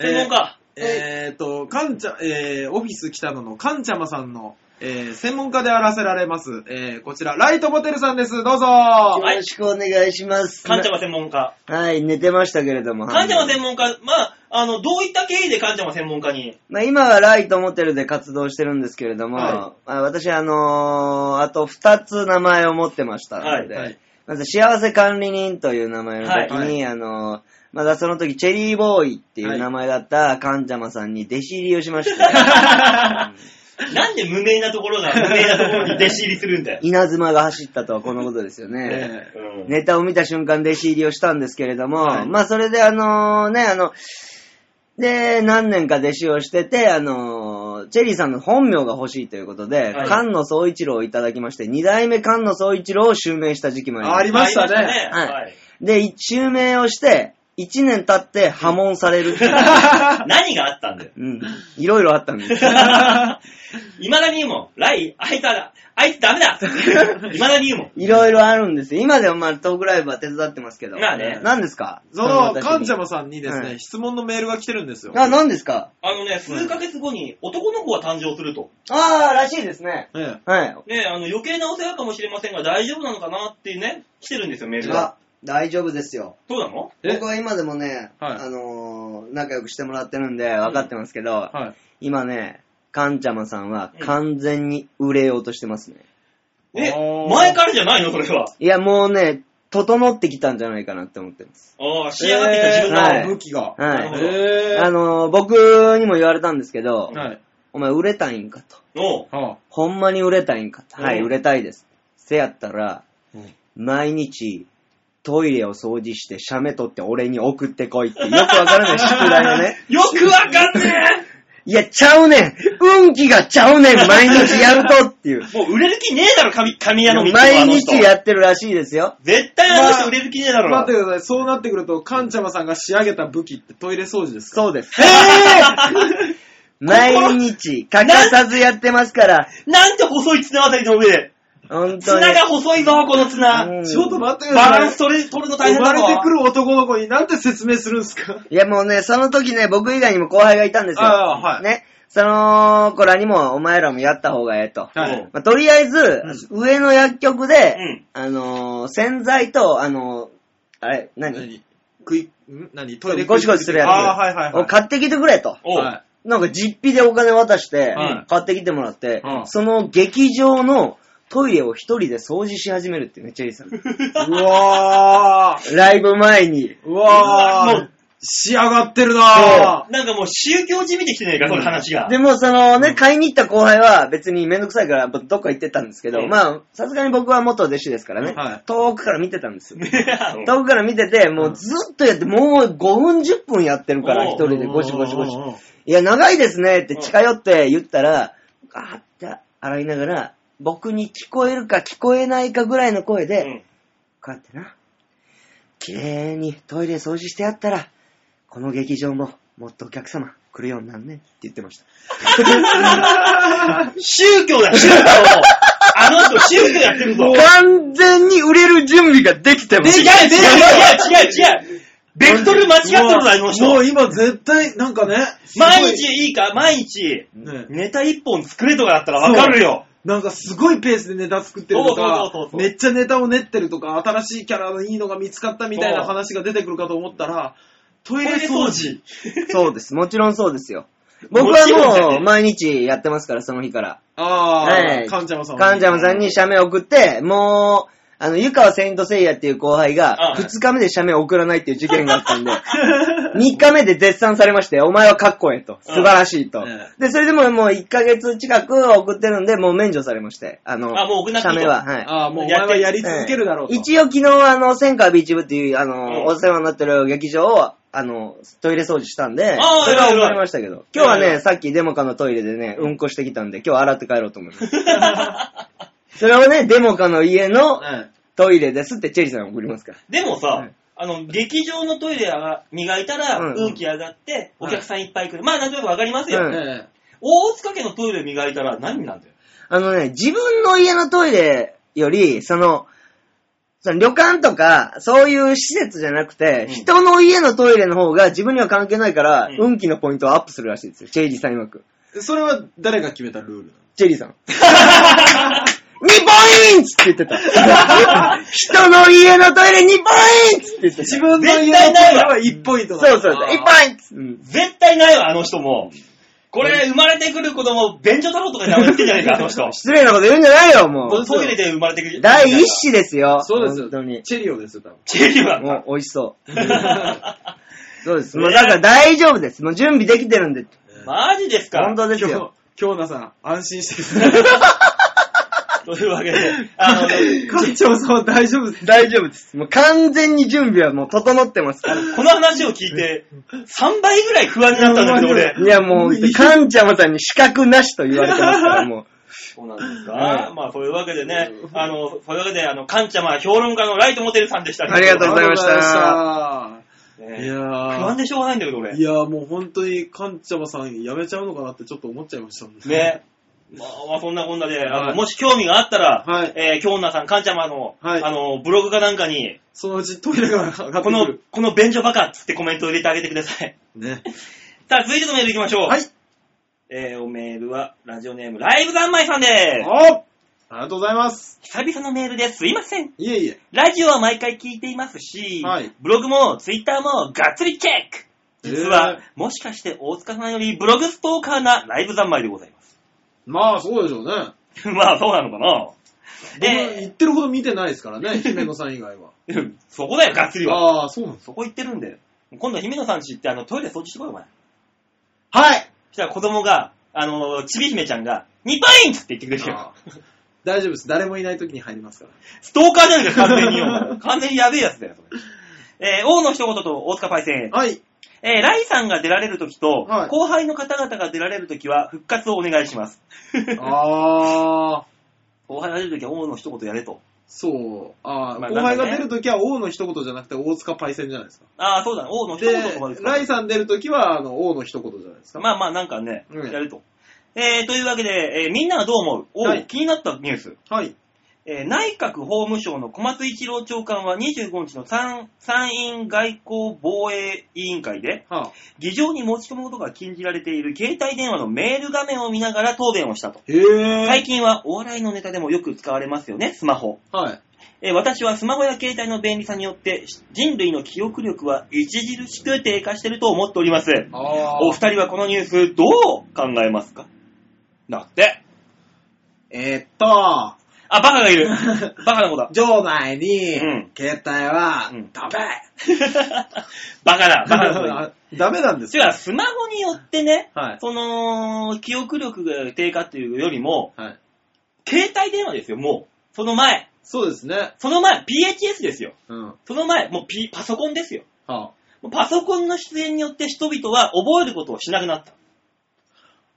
B: ー
A: 専門家。
B: えー、と、かんちゃ、えー、オフィス北野のかんちゃまさんの、えー、専門家であらせられます、えー、こちら、ライトボテルさんです。どうぞ
F: よろしくお願いします。
A: かんちゃま専門家。
F: はい、寝てましたけれども。
A: かんちゃま
F: はい
A: 専門家、まあ、あの、どういった経緯でかんちゃま専門家に。
F: まあ、今はライトモテルで活動してるんですけれども、
B: は
F: あ私、あのーあと2つ名前を持ってましたので、
A: は
B: はい
F: まず幸せ管理人という名前の時に、
B: はいは
F: あのーまだその時、チェリーボーイっていう
B: はい
F: 名前だったカンジャマさんに弟子入りをし ました。
A: なんで無名なところが無名なところに弟子入りするんだよ。
F: 稲妻が走ったとはこのことですよね。
B: えー
A: うん
F: ネタを見た瞬間弟子入りをしたんですけれども、
B: はい
F: まあそれであのね、あの、で、何年か弟子をしてて、あのチェリーさんの本名が欲しいということで、
A: はい
F: 菅野総一郎をいただきまして、二代目菅野総一郎を襲名した時期もありま
B: あ
F: す
B: り。ましたね
A: あり
F: はい
A: はい
F: で、い襲名をして、一年経って破門される ってい う。
A: 何があったん だよ。
F: うん。いろいろあったんですよ。
A: いまだに言うもん。ライ、あいつはだ、あいつダメ だ。いまだに言うもん。
F: いろいろあるんですよ。今でもまあトークライブは手伝ってますけど。
A: まあね
F: 何ですか
B: その、
F: 私に
B: かんちゃまさんにですね、
F: はい
B: 質問のメールが来てるんですよ。
F: あ、何ですか
A: あのね、数ヶ月後に男の子が誕生すると。
F: ああ、らしいですね。
B: ええ
F: はい。
A: ね、あの、余計なお世話かもしれませんが、大丈夫なのかなってね、来てるんですよ、メールが。
F: あ、大丈夫ですよ。
A: そうなの
B: え
F: 僕は今でもね、
B: はい
F: あのー仲良くしてもらってるんで、分かってますけど、
B: はい。
F: 今ね、カンちゃまさんは
A: うん
F: 完全に売れようとしてますね。
A: え
B: あ、ー
A: 前からじゃないのそれは。
F: いや、もうね、整ってきたんじゃないかなって思ってます。
A: ああ、仕上がってきた自分
F: えー
A: が。
F: はい
B: 武器が。
F: はい
A: なるほど
B: えー
F: あのー僕にも言われたんですけど、
B: はい。
F: おお前売れたいんかと。
A: おう。
B: は
F: ほんまに売れたいんかと。
A: うん
F: はい、売れたいです。せやったら、
B: うん
F: 毎日、トイレを掃除して、写メ取って俺に送ってこいって、よくわからない宿題をね。
A: よくわかんね
F: いや、ちゃうねん運気がちゃうねん毎日やるとっていう。
A: えもう売れる気ねえだろ、神、神屋の三つ子あ
F: 毎
A: の人
F: 日やってるらしいですよ。
A: 絶対あの人売れる気ねえだ
B: あ。
A: ろ。
B: 待ってください。そうなってくると、カンチャマさんが仕上げた武器ってトイレ掃除ですか
F: そうです。毎日、欠かさずやってますから、
A: なんて細い綱渡りの上で。
F: 本当に。
A: 綱が細いぞ、この
F: う
A: 綱。
F: ん
B: ちょっと待ってください。
A: バランス取れ取るの大変だろ。
B: 生まれてくる男の子になんて説明するんですか
F: いやもうね、その時ね、僕以外にも後輩がいたんですよ。
B: ああはい
F: ね。その子らにも、お前らもやった方がええと。
B: はい。
F: まあとりあえず、上の薬局で、
A: うん
F: あのー洗剤と、あのーあれ、何
B: 何食い、ん何トイレ
F: ゴシゴシするやつ
B: ああ、はいはいは
F: を
B: い。
F: 買ってきてくれと。
A: おう
B: はい
F: なんか実費でお金渡して
A: うん、
F: 買ってきてもらって、
B: うん
F: その劇場のトイレを一人で掃除し始めるっていうね、チェリー さん。
B: うわ
F: ライブ前に。
B: ー。うわ
A: も
B: ー
A: う。
B: 仕上がってるな
A: なんかもう宗教じみてきてねえか、その話が。
F: でも、そのね、買いに行った後輩は別にめんどくさいからどっか行ってたんですけ
A: う
F: ど、
A: ん
F: まあ、さすがに僕は元弟子ですからね
B: はい、
F: 遠くから見てたんですよ。
A: うん
F: 遠くから見てて、もうずっとやって、もう5分10分やってるから、
A: おう
F: 一
B: ー。
F: 人でゴシゴシゴシ
B: う。ん
F: いや、長いですねって近寄って言ったら、ガーって洗いながら、僕に聞こえるか聞こえないかぐらいの声で、
A: うん
F: こうやってな、綺麗にトイレ掃除してやったら、この劇場ももっとお客様来るようになんねんって言ってました。
A: 宗教だ、宗教あの人宗教やってる ぞ。
F: 完全に売れる準備ができてま
A: 違う違う違う
F: す。
A: 違う違うベクトル間違ってるぞ、あの人。
B: もう今絶対、なんかね。すごい
A: 毎日いいか、毎日。
B: ね
A: ネタ一本作れとかだったらわかるよ。
B: なんかすごいペースでネタ作ってると
A: そ
B: か
A: うそうそうそ、う
B: めっちゃネタを練ってるとか、新しいキャラのいいのが見つかったみたいな話が出てくるかと思ったら、トイレ掃除。
F: そうです。もちろんそうですよ。僕は
A: もちろんだよ
F: も
A: ね
F: う毎日やってますから、その日から。
B: あ
F: はい
B: ー、カンジャマさん。
F: カンジャムさんに写メ送って、もう、あの、湯川セイントセイヤっていう後輩が、
A: うん
F: 2日目で写メ送らないっていう事件があったんで、3日目で絶賛されまして、お前はかっこええと、素晴らしいと
B: うん。
F: で、それでももう1ヶ月近く送ってるんで、もう免除されまして、あの
A: あもう送ん、なく
F: 写
A: ていい
F: メ
A: と
F: は、はい。
B: ああ、もうお前はやり続けるだろうと。
F: 一応昨日、あの、千川ビーチ部っていう、あの、
A: うん
F: お世話になってる劇場を、あの、トイレ掃除したんで、
A: あー
F: それは
A: 偉い偉い
F: 終わりましたけど、今日は
A: 偉い偉
F: ね、
A: い
F: さっきデモカのトイレでね、うんこしてきたんで、今日洗って帰ろうと思います。それをね、デモカの家の
B: はい
F: トイレですってチェリーさんに送りますから。
A: でも
B: は
A: さ
B: い、
A: あの、劇場のトイレが磨いたら、
F: うん
A: 運気上がって、お客さんいっぱい来る。まあ、なんとなくわかります
F: う
A: よ
F: ん。
B: ええ
A: 大塚家のトイレ磨いたら何に なんだよ。
F: あのね、自分の家のトイレより、その、その旅館とか、そういう施設じゃなくて、
A: うん
F: 人の家のトイレの方が自分には関係ないから、
A: うん
F: 運気のポイントをアップするらしいですよ。チェリーさん曰く。
B: それは誰が決めたルール
F: チェリーさん。2ポイントって言っ てた。人の家のトイレ2ポイントって言ってた。
B: 自分の家の
A: 絶対
B: トイ
A: ない
B: レ
A: わ
B: は1ポイント
F: そうそうそう、
A: あー
F: 1ポイント
A: 絶対ないわ、あの人も。これ、生まれてくる子供、便所太郎とかに名前つけてんじゃないか、あ の人。
F: 失礼なこと言うんじゃないよ、も
A: こ
F: う
A: の。トイレで生まれてくる。
F: 第一子ですよ。
B: そうですよ
F: 本当に。
B: チェリオですよ、多分。
A: チェリー は。
F: もう、美味しそう。そうです。もう、だから大丈夫です。もう準備できてるんで。
A: マジですか
F: 本当です
B: 今
F: よ
B: 日。、京奈さん、安心してください。
A: というわけで、あ の、
B: カンチャマさんは大丈夫です。
F: 大丈夫です。もう完全に準備はもう整ってますから。
A: この話を聞いて、3倍ぐらい不安になったんだけど、俺。
F: いや、も う、かんちゃまさんに資格なしと言われてますから、もう。
A: そうなんですか、
F: はい
A: まあ、そういうわけでね、あの、そういうわけで、あの、カンチャマ評論家のライトモテルさんでした。
F: ありがとうございました
B: ありが
A: す。
B: とうございました
A: ね
B: いや
A: 不安でしょうがないんだけど、俺。
B: いやーもう本当に、カンチャマさん辞めちゃうのかなってちょっと思っちゃいましたもんね。
A: ね。まあ、まあ、そんなこんなで、あの、
B: はい
A: もし興味があったら、
B: はい
A: えー、京奈さん、カンチャマの、
B: はい
A: あの、ブログかなんかに、
B: そのうちトイレが上がって
A: こ
B: く
A: の
B: る。、
A: この便所バカっつってコメントを入れてあげてください。
B: ね。
A: さあ、続いてのメール行きましょう。
B: はい。
A: えー、おメールは、ラジオネーム、ライブ三昧さんです。
B: おありがとうございます。
A: 久々のメールですいません。
B: いえいえ。
A: ラジオは毎回聞いていますし、
B: はい
A: ブログもツイッターもがっつりチェック実は、
B: えー
A: もしかして大塚さんよりブログストーカーなライブ三昧でございま
B: まあ、そうでしょうね。
A: す。 まあ、そうなのかな
B: 僕、言
A: で、
B: ってるほど見てないですか らね、姫野さん以外は。
A: そこだよ、がっつりは。
B: ああ、そうなんです。
A: そこ行ってるんで。今度、姫野さんち行ってあのトイレ掃除してこいよ、お前。
B: はい
A: そしたら子供が、あの、ちび姫ちゃんが、2ポイントって言ってくれるよ。
B: 大丈夫です。誰もいない時に入りますから。
A: ストーカーじゃないか、完全によ。完全にやべえやつだよ、そ れ。えー王の一言と大塚パイセン。
B: はい。
A: えーライさんが出られるときと、
B: はい
A: 後輩の方々が出られるときは、復活をお願いし ます。
B: あー、
A: 後輩が出るときは王の一言やれと。
B: そう。あー、
A: まあ
B: 後輩が
A: なんかね
B: 出るときは王の一言じゃなくて大塚パイセンじゃないですか。
A: ああ、そうだね。王の一言とかで
B: で、
A: すか
B: ライさん出るときはあの王の一言じゃないですか。
A: まあまあ、なんかね、
B: うん
A: やると。えーというわけで、えーみんなはどう思う王、
B: はい
A: 気になったニュース。
B: はい。
A: えー内閣法務省の小松一郎長官は25日の参参院外交防衛委員会で、
B: はあ、
A: 議場に持ち込むことが禁じられている携帯電話のメール画面を見ながら答弁をしたと。
B: へー。
A: 最近はお笑いのネタでもよく使われますよね、スマホ。
B: はい。
A: えー私はスマホや携帯の便利さによって人類の記憶力は著しく低下していると思っております。
B: あ
A: お
B: ー。
A: 二人はこのニュースどう考えますかだって。
B: えーっと、
A: あ、バカがい る。バカな子だ。
B: 場内に、
A: うん
B: 携帯は、
A: うん
B: ダメ
A: バカだ、バカな子 だ。
B: あ ダメなんです
A: 違う、スマホによってね、
B: はい。
A: その、記憶力が低下っていうよりも、
B: はい。
A: 携帯電話ですよ、もう。その前。
B: そうですね。
A: その前、PHS ですよ。
B: うん。は
A: その前、もう、P、パソコンですよ。
B: あ。
A: もうパソコンの出現によって人々は覚えることをしなくなった。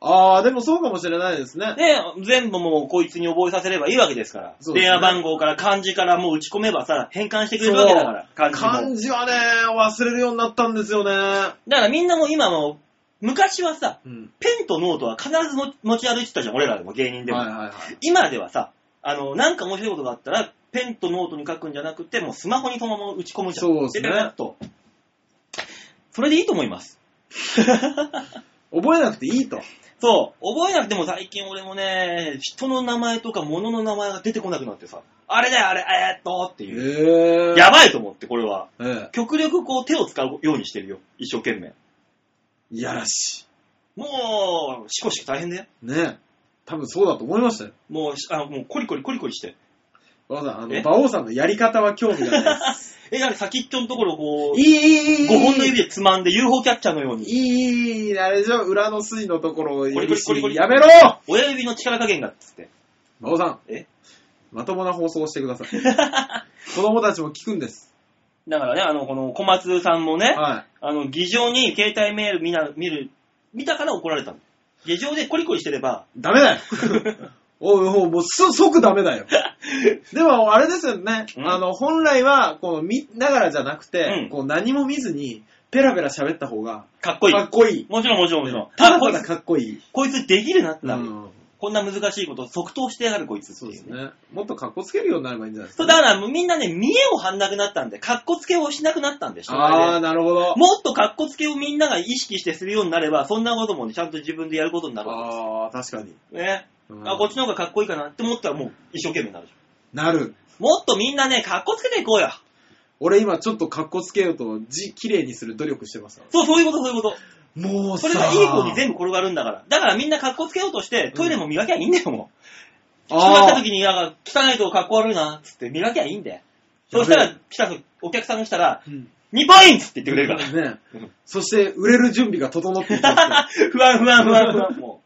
B: あー、でもそうかもしれないですね。
A: で、全部もうこいつに覚えさせればいいわけですから。
B: そうですね
A: 電話番号から漢字からもう打ち込めばさ、変換してくれるわけだから。漢字も
B: 漢字はね、忘れるようになったんですよね。
A: だからみんなも今も、昔はさ、
B: うん。
A: ペンとノートは必ず持持ち歩いてたじゃん、俺らでも芸人でも。
B: はいはいはい。
A: 今ではさ、あの、なんか面白いことがあったら、ペンとノートに書くんじゃなくて、もうスマホにそのまま打ち込むじゃん。
B: そうです
A: ペ
B: ね
A: タペタっと。それでいいと思います。
B: 覚えなくていいと。
A: そう、覚えなくても最近俺もね、人の名前とか物の名前が出てこなくなってさ、あれだよ、あれ、えーっと、って
B: へ
A: いう。
B: ー。
A: やばいと思って、これは。
B: ええ
A: 極力こう手を使うようにしてるよ。一生懸命。
B: いやらし
A: もう、しこしこ大変だよ。
B: い。ね多分そうだと思いましたよ。
A: もう、しあの、もうコリコリコリコリして。
B: わざあの、
A: え
B: 馬王さんのやり方は興味 がないです。
A: え、なんか先っちょのところをこう、
B: いい、いい、いい。
A: 5本の指でつまんで UFO キャッチャーのよう
B: い
A: に、
B: い、いい、いい、あれでしょ裏の筋のところを
A: コリコリコリコリ
B: やめろ
A: 親指の力加減がっつって。
B: 馬王さん。
A: え
B: まともな放送をしてください。子供たちも聞くんです。
A: だからね、あの、この小松さんもね、
B: は
A: あの、議場に携帯メール見な、見る、見たから怒られたの。議場でコリコリしてれ ば、
B: い。ダメだよおいおい、もうす即ダメだよ。でも、あれですよね。
A: うん
B: あの、本来は、この見ながらじゃなくて、
A: うん
B: こう何も見ずに、ペラペラ喋った方が、
A: かっこいい。
B: かっこいい。
A: もちろんもちろんもちろん。
B: ただ
A: あこ
B: た
A: い
B: だ
A: つ、
B: かっこいい。
A: こいつできるなって
B: う
A: なる。
B: ん。
A: こんな難しいことを即答してやがるこいつって
B: そ
A: いうう、
B: です。ね。もっとかっこつけるようになればいいんじゃないです
A: そ
B: か。
A: う、だからもうみんなね、見栄を張んなくなったんで、かっこつけをしなくなったんで、人前で
B: ああー、なるほど。
A: もっとかっこつけをみんなが意識してするようになれば、そんなこともね、ちゃんと自分でやることになるわ
B: ああ、確かに。
A: けです。ね。
B: うん
A: あ、こっちの方がかっこいいかなって思ったらもう一生懸命になるじゃん。
B: なる。
A: もっとみんなね、かっこつけていこうよ。
B: 俺今ちょっとかっこつけようと字綺麗にする努力してますから
A: そう、そういうこと、そういうこ
B: もう
A: と。
B: さ
A: それがいい子に全部転がるんだから。だからみんなかっこつけようとして、トイレも磨きゃいいんだよ、もう。決ま
B: あ
A: った
B: ー
A: 時に、なんか、汚いとかっこ悪いな、つって磨きゃいいんだよ。
B: やべ
A: そ
B: え
A: したら、来た時お客さんが来たら、
B: うん
A: 2ポイントって言ってくれるから。
B: ね
A: うん、
B: そして売れる準備が整っていき ますから
A: 不安、不安、不安、不安。も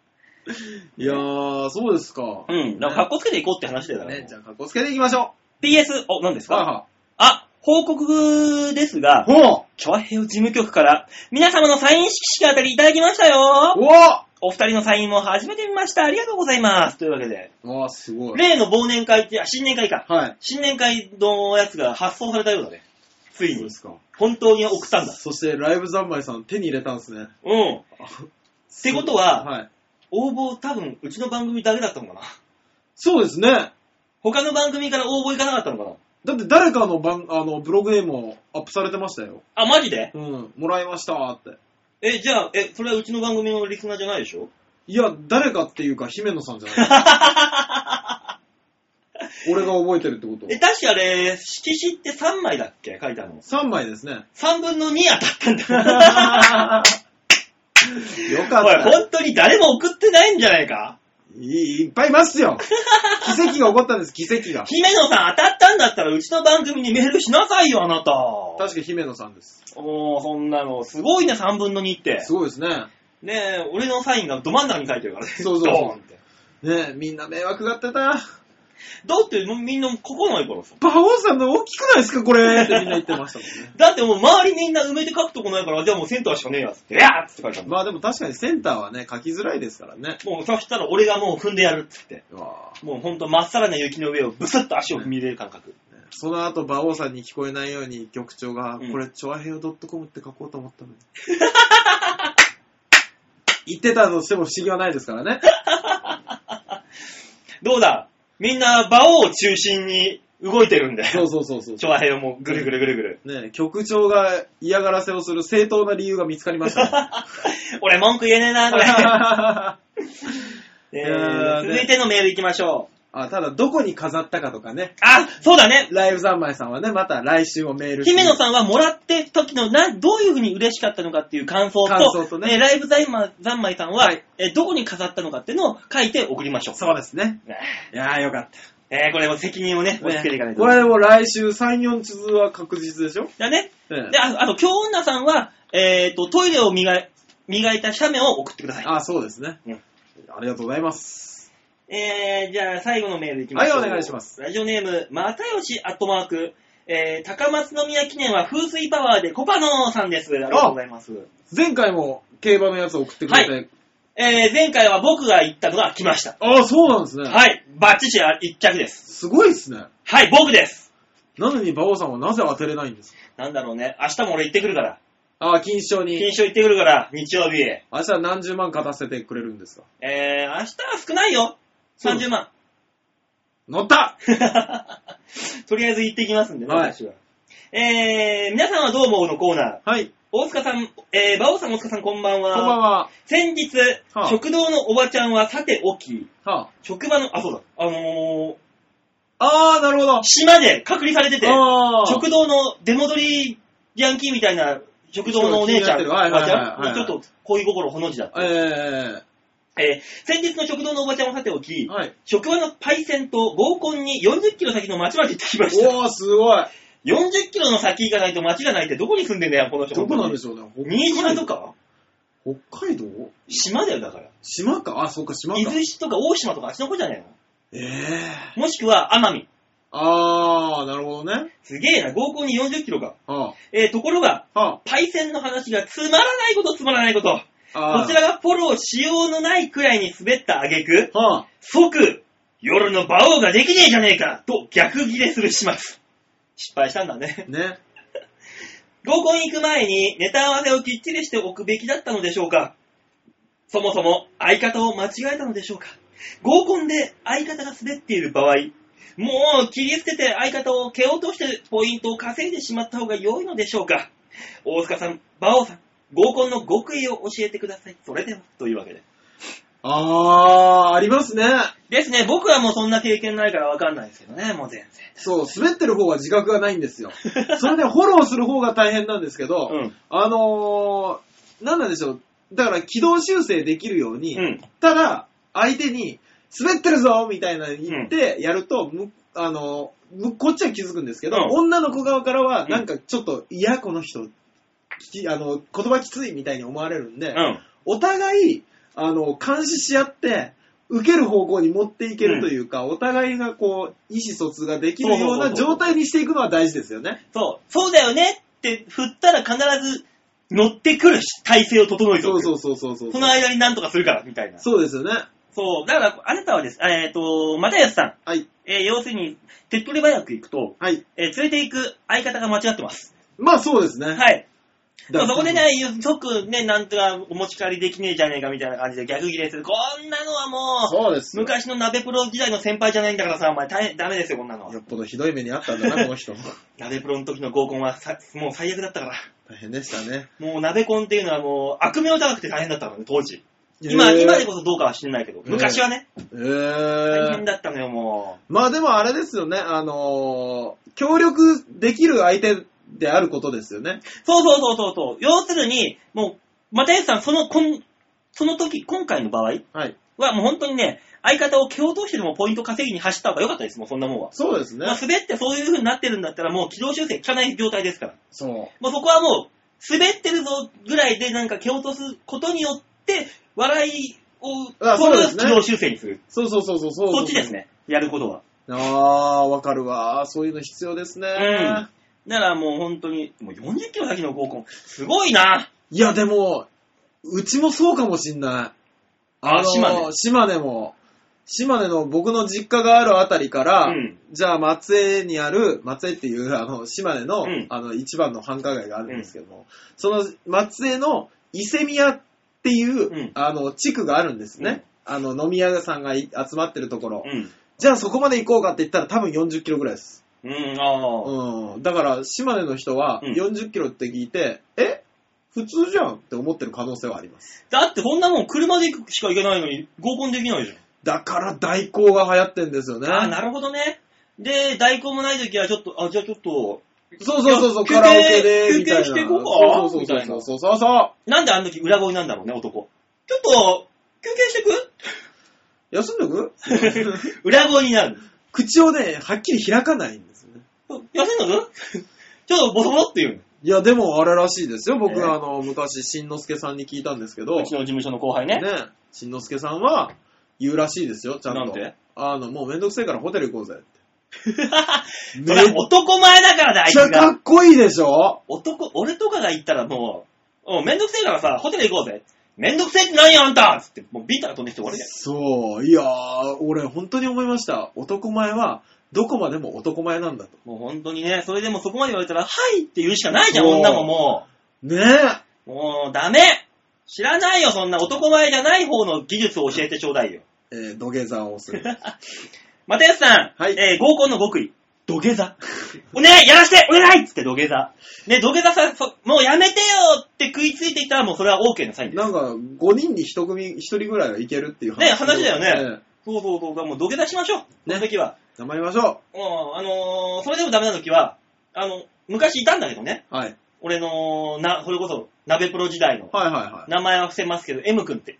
B: いやー、そうですか
A: う。。うん。だから、かっこつけていこうって話だよ。だから
B: ね、じゃあかっこつけていきましょ
A: PS、お、何です
B: う。
A: か
B: は
A: あ、報告ですが
B: い、はい。ほう
A: チョアヘオ事務局から、皆様のサイン色紙が当たりいただきましたよ
B: お
A: お二人のサインも初めて見ましたありがとうございますというわけで、
B: おわー、すごい。
A: 例の忘年会って、あ、新年会か。
B: はい。
A: 新年会のやつが発送されたようだね。つい
B: そう
A: に
B: で。すか。
A: 本当に送ったんだ。
B: そしてライブ三昧さん手に入れたんですね。
A: うん。ってことは、
B: はい。
A: 応募多分、うちの番組だけだったのかな。
B: そうですね。
A: 他の番組から応募いかなかったのかな。
B: だって誰かの番あのブログでもアップされてましたよ。
A: あ、マジで
B: うん、もらいましたーって。
A: え、じゃあ、え、それはうちの番組のリスナーじゃないでしょ
B: いや、誰かっていうか、姫野さんじゃない 俺が覚えてるってこと
A: え、。確かあれ、色紙って3枚だっけ書いたの。
B: 3枚ですね。
A: 3分の2当たったん
B: よ
A: だ。
B: か
A: おい、
B: った。
A: 本当に誰も送ってないんじゃないか
B: いいっぱいいますよ。奇跡が起こったんです、奇跡が。
A: 姫野さん当たったんだったらうちの番組にメールしなさいよ、あなた。
B: 確か姫野さんです。
A: おー、そんなの、すごいね、3分の2って。
B: すごいですね。
A: ねえ、俺のサインがど真ん中に書いてるからね。
B: そうそうそう
A: ドーンって。
B: ねえ、みんな迷惑がってた。
A: だってもうみんな書かないからさ。
B: 馬王さんの大きくないですか、これってみんな言ってましたもん ね。
A: だってもう周りみんな埋めて書くとこないから、じゃあもうセンターしかねえやつって、いやーっつって書いてある
B: まあでも確かにセンターはね、書きづらいですからね。
A: もうそしたら俺がもう踏んでやるっつって。
B: うわぁ
A: もうほんと真っさらな雪の上をブスッと足を踏み入れる感覚。
B: その後、馬王さんに聞こえないように局長が、
A: うん
B: これ、チョアヘヨ .com って書こうと思ったのに。言ってたとしても不思議はないですからね。
A: どうだみんな馬王を中心に動いてるんだ
B: そ
A: よ
B: う。そうそうそう
A: チ。ョアヘヨもぐるぐるぐるぐる。
B: ねえ局長が嫌がらせをする正当な理由が見つかり ました、
A: 俺文句言えねえな、こ れ。え
B: ねいや
A: ー
B: ーね
A: 続いてのメール行きましょう。
B: あただ、どこに飾ったかとかね。
A: あ、そうだね。
B: ライブ三昧さんはね、また来週をメール
A: 姫野
B: ん。
A: さんはもらって時のな、どういうふうに嬉しかったのかっていう感想と、
B: 感想と
A: え
B: ね
A: ーライブ三昧三昧さんは、
B: はい
A: えーどこに飾ったのかっていうのを書いて送りましょう。
B: そうですね。
A: ね
B: いやーよかった。
A: えーこれも責任をね、押し付けていかないと。
B: これもう来週3、4通は確実でしょ、
A: だね。
B: ええ
A: で、ああと、京女さんは、えっ、と、トイレを磨い磨いた写メを送ってください。
B: あ、そうですね
A: ね
B: ありがとうございます。
A: えー、じゃあ、最後のメールいきましょう。
B: はいお願いします。
A: ラジオネーム、またよし、アットマーク、えー、高松宮記念は風水パワーでコパノーさんです。ありがとうございます。
B: 前回も競馬のやつ送ってくれて、
A: はえー、前回は僕が行ったのが来ました。
B: ああ、そうなんですね。
A: はい、バッチシ一着です。
B: すごいですね。
A: はい、僕です。
B: なのに馬王さんはなぜ当てれないんですか
A: なんだろうね、明日も俺行ってくるから、
B: ああ、金賞
A: 金
B: に。
A: 賞行ってくるから、日曜日へ。
B: 明日は何十万勝たせてくれるんですか
A: えー、明日は少ないよ。
B: そう
A: 30万。
B: 乗った
A: とりあえず行ってきますんでね、
B: はい
A: 私は。えー、皆さんはどう思うのコーナー。
B: はい、
A: 大塚さん、えー、馬王さん、大塚さんこんばん
B: こ
A: は。
B: んばんは。
A: 先日、
B: はあ
A: 食堂のおばちゃんはさておき、
B: は
A: 職場の、あ、そうだ、あのー、
B: あ、あー、なるほど。
A: 島で隔離されてて、
B: あー
A: 食堂の出戻りヤンキーみたいな食堂のお姉ちゃん、
B: 人
A: お
B: が気にな
A: ば
B: っ
A: ち
B: てるはい
A: ゃ
B: はいはいはい
A: んにちょっと恋心ほの字だった。
B: え
A: えー先日の食堂のおばちゃんはさておき
B: ー、、はい。
A: 職場のパイセンと合コンに40キロ先の町まで行ってきました。
B: おー、すごい。
A: 40キロの先行かないと町がないってどこに住んでんだよ、この人。
B: どこなんで
A: し
B: しょうね。
A: 新島とか
B: 北海道
A: 島だよ、だから。
B: 島かあ、そうか、島か。
A: 伊豆市とか大島とかあっちの子じゃね
B: ええ
A: えのもしくは奄美。
B: あー、なるほどね。
A: すげえな、合コンに40キロか。
B: は
A: えー、ところが、
B: あ、は
A: パイセンの話がつまらないことつまらないこと。
B: あ、あ
A: こ
B: ー
A: ちらがフォローしようのないくらいに滑った挙句、
B: はあ、
A: 即、夜の馬王ができねえじゃねえかと逆ギレする始末。失敗したんだね。
B: ね。
A: 合コン行く前にネタ合わせをきっちりしておくべきだったのでしょうかそもそも相方を間違えたのでしょうか合コンで相方が滑っている場合、もう切り捨てて相方を蹴落としてポイントを稼いでしまった方が良いのでしょうか大塚さん、馬王さん、合コンの極意を教えてください。それでは、というわけで。
B: あー、ありますね。
A: ですね、僕はもうそんな経験ないからわかんないですけどね、もう全
B: そう、滑ってる方が自覚がないん ですよ。それでフォローする方が大変なんですけど、
A: 然。
B: あのー、なんなんでしょう。だから軌道修正できるように、
A: うん。
B: ただ、相手に、滑ってるぞみたいなの言ってやると、むあのーむこっちは気づくんですけど、
A: うん
B: 女の子側からは、
A: うん
B: なんかちょっと、いや、この人、ききあの、言葉きついみたいに思われるんで、
A: うん。
B: お互い、あの、監視し合って、受ける方向に持っていけるというか、お互いがこう、意思疎通ができるよう
A: そうそうそうそ
B: な
A: う
B: 状態にしていくのは大事ですよね。
A: そう、そうだよねって振ったら必ず乗ってくる体勢を整えて
B: そ
A: お
B: う
A: く。
B: そうそうそうそう
A: こ。の間に何とかするから、みたいな。
B: そうですよね。
A: そう、だからあなたはです、えっ、と、又吉さん、
B: はい。
A: えー要するに、手っ取り早く行くと、
B: はい。
A: えー連れて行く相方が間違ってます。
B: まあそうですね。
A: はい。
B: だから
A: そうそこでね、即ね、なんとかお持ち帰りできねえじゃねえかみたいな感じで逆ギレする。こんなのはもう、
B: そうですよ。
A: 昔の鍋プロ時代の先輩じゃないんだからさ、お前大変ダメですよ、こんなのは
B: よ。っぽどひどい目にあったんだな、この人。
A: 鍋プロの時の合コンはさもう最悪だったから。
B: 大変でしたね。
A: もう鍋コンっていうのはもう悪名高くて大変だったのね、当時。今、
B: えー
A: 今でこそどうかは知んないけど、
B: えー
A: 昔はね、
B: え
A: 大変
B: ー、
A: だったのよ、も
B: まあでもあれですよね、あのー協力できる相手であることですよね
A: う。。そうそうそうそうそう。要するに、もう、又吉さん、その、こんその時、今回の場合
B: はい。
A: は、もう本当にね、相方を蹴落としてでもポイント稼ぎに走った方が良かったです、もうそんなもんは。
B: そうですね
A: まあ、。滑ってそういう風になってるんだったら、もう軌道修正効かない状態ですから。
B: そう。
A: もうそこはもう、滑ってるぞぐらいでなんか蹴落とすことによっって、笑いを、
F: あ
A: こ
F: そう
A: れ
F: で
A: を
F: すね
A: 軌道修正にする。
F: そうそうそうそうそう。
A: こっちです。ね、やることは。
F: ああ、わかるわ。そういうの必要ですね。
A: うんだからもう本当に、もう40キロ先の合コン、すごいな。
F: いや、でも、うちもそうかもしんない。
A: あ島根
F: 島根も。島根の僕の実家があるあたりから、
A: うん
F: じゃあ松江にある、松江っていう、あの、島根の、
A: うん
F: あの、一番の繁華街があるんですけども、その松江の伊勢宮っていう、
A: うん
F: あの、地区があるんですね。あの、飲み屋さんがい集まってるところ。
A: うん。
F: じゃあそこまで行こうかって言ったら多分40キロぐらいです。
A: うん、ああ。
F: うん、だから島根の人は
A: うん
F: 40キロって聞いて、え普通じゃんって思ってる可能性はあります。
A: だってこんなもん車で行くしか行けないのに合コンできないじゃん。
F: だから代行が流行ってんですよね。
A: ああ、なるほどね。で、代行もないときはちょっと、あ、じゃあちょっと、
F: そうそうそうそう、
A: 休憩
F: カラオケで、
A: 休憩
F: みたいな。
A: していこうか
F: そうそうそうそうそうそう
A: なんであの時裏声なんだろうね、男。ちょっと、休憩して
F: 休んでく
A: く 裏声になる。
F: 口をね、はっきり開かないんですよね。
A: 休んだく ちょっとボソボソって言う
F: いや、でもあれらしいですよ。僕、
A: え
F: あの、昔、しんのすけさんに聞いたんですけ
A: の。
F: ど、
A: うちの事務所の後輩ね。
F: ね、しんのすけさんは言うらしいですよ、ちゃんと。
A: なんて
F: あの、もうめんどくせえからホテル行こうぜって。
A: それ男前だからだ、あい
F: めっ
A: つ
F: ちゃか
A: が。
F: っこいいでしょ
A: 男、俺とかが行ったらもう、おうめんどくせえからさ、ホテル行こうぜ。めんどくせえって何やあんたつって、もうビンタが飛んできて終わりだよ。
F: そう、いやー、俺本当に思いました。男前は、どこまでも男前なんだと。
A: もう本当にね、それでもそこまで言われたら、はいって言うしかないじゃん、女もも
F: ねえ。
A: う。もうダメ知らないよ、そんな男前じゃない方の技術を教えてちょうだいよ。
F: えー土下座をする。
A: 又吉さん、
F: はい
A: えー合コンの極意。土下座 お願いやらしてお願いっつって土下座。ね、土下座さ、そもうやめてよって食いついてきたらもうそれは OK のサインです。
F: なんか、5人に1組、1人ぐらいはいけるっていう
A: ね話だよね
F: ね。
A: そうそうそう、もう土下座しましょう。その時は。
F: 頑張りましょ
A: うん、あのーそれでもダメな時は、あの、昔いたんだけどね、
F: う。はい。
A: 俺の、な、それこそ、鍋プロ時代の、
F: はいはいはい。
A: 名前は伏せますけど、M 君って、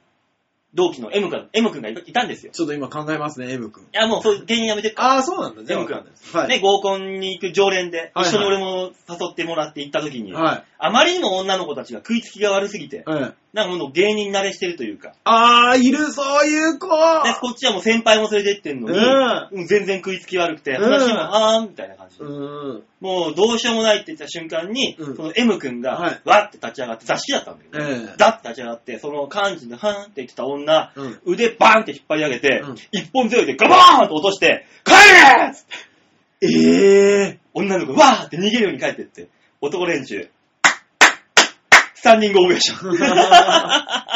A: 同期の M 君、M 君がいたんですよ。
F: ちょっと今考えますね、M 君。
A: いや、もうそういう芸人やめてるから。
F: あー、そうなんだ。じゃあ
A: M 君
F: わかんないですはい。
A: ね、合コンに行く常連で、
F: はいはい
A: 一緒に俺も誘ってもらって行った時に、
F: はい。
A: あまりにも女の子たちが食いつきが悪すぎて、
F: ええ
A: なんかもう芸人慣れしてるというか、
F: あー、いる、そういう子
A: でこっちはもう先輩も連れてってんのに、
F: う
A: うん全然食いつき悪くて、
F: うん
A: 話も、あーんみたいな感じで、
F: うん。
A: もうどうしようもないって言った瞬間に、
F: うん
A: その M 君が、
F: はい
A: わって立ち上がって、座敷だったんだけど、
F: ええ
A: だって立ち上がって、その幹事のはーんって言ってた女、
F: うん
A: 腕バーンって引っ張り上げて、
F: うん
A: 一本背負いでガバーンと落として、帰れっつって
F: ええ
A: 女の子がわーって逃げるように帰ってって、男連中、スタンディングオベー ション。
F: ー。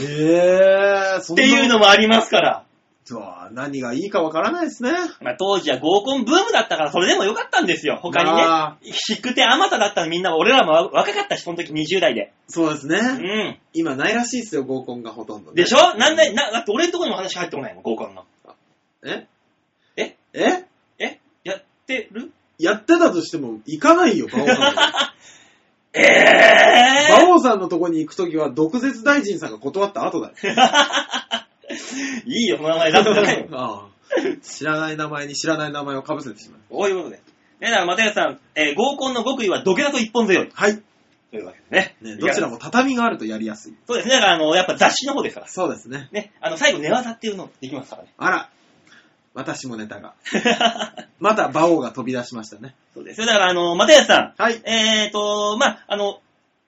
F: ええー、そ
A: っ
F: ん
A: て
F: な
A: いうのもありますから。
F: うわ何がいいかわからないですね。
A: まあ、当時は合コンブームだったから、それでもよかったんですよ。他にね。
F: まあ
A: 引く手あまただったのみんな、俺らも若かったし、その時20代で。
F: そうですね。
A: うん。
F: 今ないらしいですよ、合コンがほとんどね、
A: でしょなんで、な、だって俺のとこにも話入ってこないもん、合コンの。
F: え
A: え
F: え
A: えやってる
F: やってたとしても行かないよ、馬王さんの とこ。
A: ええ
F: 馬王さんのとこに行くときは、毒舌大臣さんが断った後だよ。。
A: いいよ、その名前選ぶんじゃないよ
F: ああ知らない名前に知らない名前をかぶせてしまう。
A: こういうことで。ね、だから、又吉さん、えー合コンの極意は土下座と一本背負い。
F: はい。
A: というわけでね。
F: ね、どちら
A: いかがで
F: も畳があるとやりやすい。
A: すそうですね。だから、あの、やっぱ雑誌の方ですから。
F: そうですね。
A: ね、あの、最後寝技っていうのできますからね。
F: あら、私もネ タが。また馬王が飛び出しましたね。
A: そうですよ。だから、あの、又吉さん、
F: はい。
A: えーと、まあ、あの、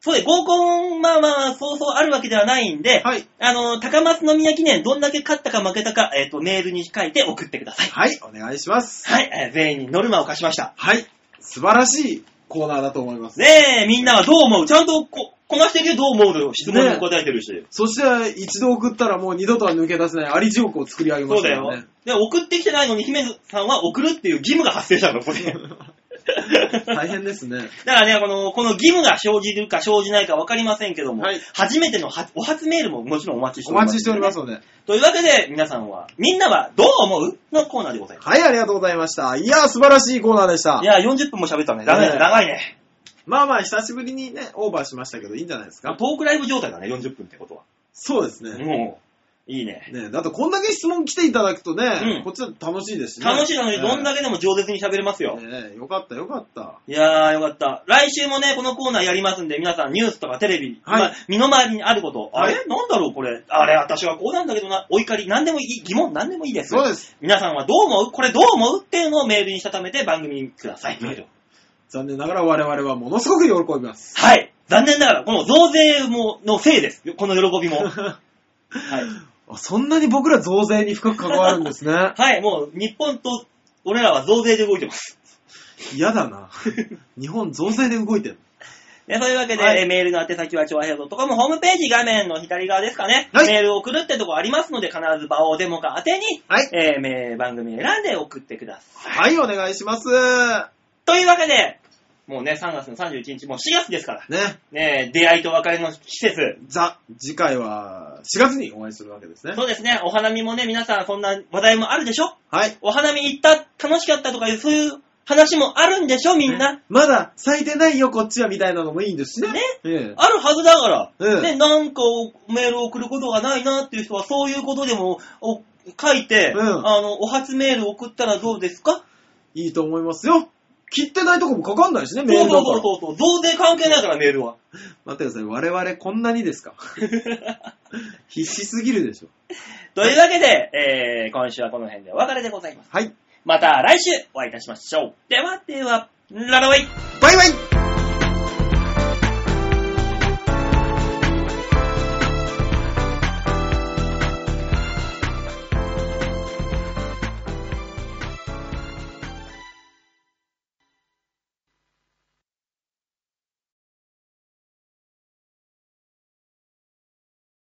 A: そうで、合コン、まあまあまあ、そうそうあるわけではないんで、
F: はい。
A: あの、高松宮記念、どんだけ勝ったか負けたか、えっ、と、メールに書いて送ってください。
F: はい、お願いします。
A: はい、えー全員にノルマを課しました。
F: はい。素晴らしいコーナーだと思います。
A: ねえ、みんなはどう思うちゃんとこ、こなしていけどう思うのよ質問にも答えてるし。
F: そして、一度送ったらもう二度とは抜け出せないアリ地獄を作り上げま
A: そう
F: した
A: だ
F: よ
A: よ
F: ね。。
A: で、送ってきてないのに、姫さんは送るっていう義務が発生したの、 これ。だ
F: 大変ですね。
A: からね、この、この義務が生じるか生じないか分かりませんけども、
F: はい
A: 初めてのはお初メールももちろんお待ちして
F: お
A: おります、
F: 待ちしております。ので。
A: というわけで、皆さんは、みんなはどう思うのコーナーでございます。
F: はい、ありがとうございました。いや、素晴らしいコーナーでした
A: い。や、40分も喋ったね。ダメだね。
F: ね
A: 長いね。
F: まあまあ、久しぶりにね、オーバーしましたけど、いいんじゃないです
A: ト
F: か。
A: ークライブ状態だね、40分ってことは。
F: そうですね。
A: もう、いいね。
B: ね、だってこんだけ質問来ていただくとね、
A: うん
B: こっちだと楽しいですしね。
A: 楽しい楽しい。
B: ね
A: どんだけでも饒舌に喋れますよ。
B: ねよかったよかった。
A: いやー、よかった。来週もね、このコーナーやりますんで、皆さんニュースとかテレビ、
B: はい
A: 今身の回りにあること、あれ、
B: は
A: なんだろうこれ。あれ、私はこうなんだけどな、お怒り、なんでもいい、疑問、なんでもいいです。
B: そうです。
A: 皆さんはどう思うこれどう思うっていうのをメールにしたためて番組にください。
B: はい残念ながら我々はものすごく喜びます。
A: はい。残念ながら、この増税ものせいです。この喜び も。はい。。
B: あそんなに僕ら増税に深く関わるんですね
A: はい、もう日本と俺らは増税で動いてます。
B: 嫌だ な。日本増税で動いてる。
A: ね、そういうわけで、
B: はい
A: えーメールの宛先は、ちょわへドットコムホームページ画面の左側ですかね。
B: はい
A: メールを送るってとこありますので、必ず場をデモか宛てに、
B: はい
A: えーメール番組選んで送ってください。
B: はい、お願いします。
A: というわけで、もうね、3月の31日、もう4月ですから、
B: ね、
A: ね、出会いと別れの季節。
B: ザ、次回は4月にお会いするわけですね。
A: そうですね、お花見もね、皆さんそんな話題もあるでしょ
B: はい。
A: お花見行った、楽しかったとかいう、そういう話もあるんでしょみんな。
B: まだ咲いてないよ、こっちは、みたいなのもいいんですしね。
A: ね
B: ええ
A: あるはずだから、
B: うん
A: ね、なんかメールを送ることがないなっていう人は、そういうことでもお書いて、
B: うん
A: あの、お初メール送ったらどうですか
B: いいと思いますよ。切ってないとこもかかんないしね、メー
A: そう
B: ル
A: そ
B: だ
A: う
B: から。
A: そうそう、増税関係ないからメールは。
B: 待ってください、我々こんなにですか必死すぎるでしょ。
A: というわけで、えー、今週はこの辺でお別れでございます。
B: はい。
A: また来週お会いいたしましょう。ではでは、ララバイ
B: バイバイ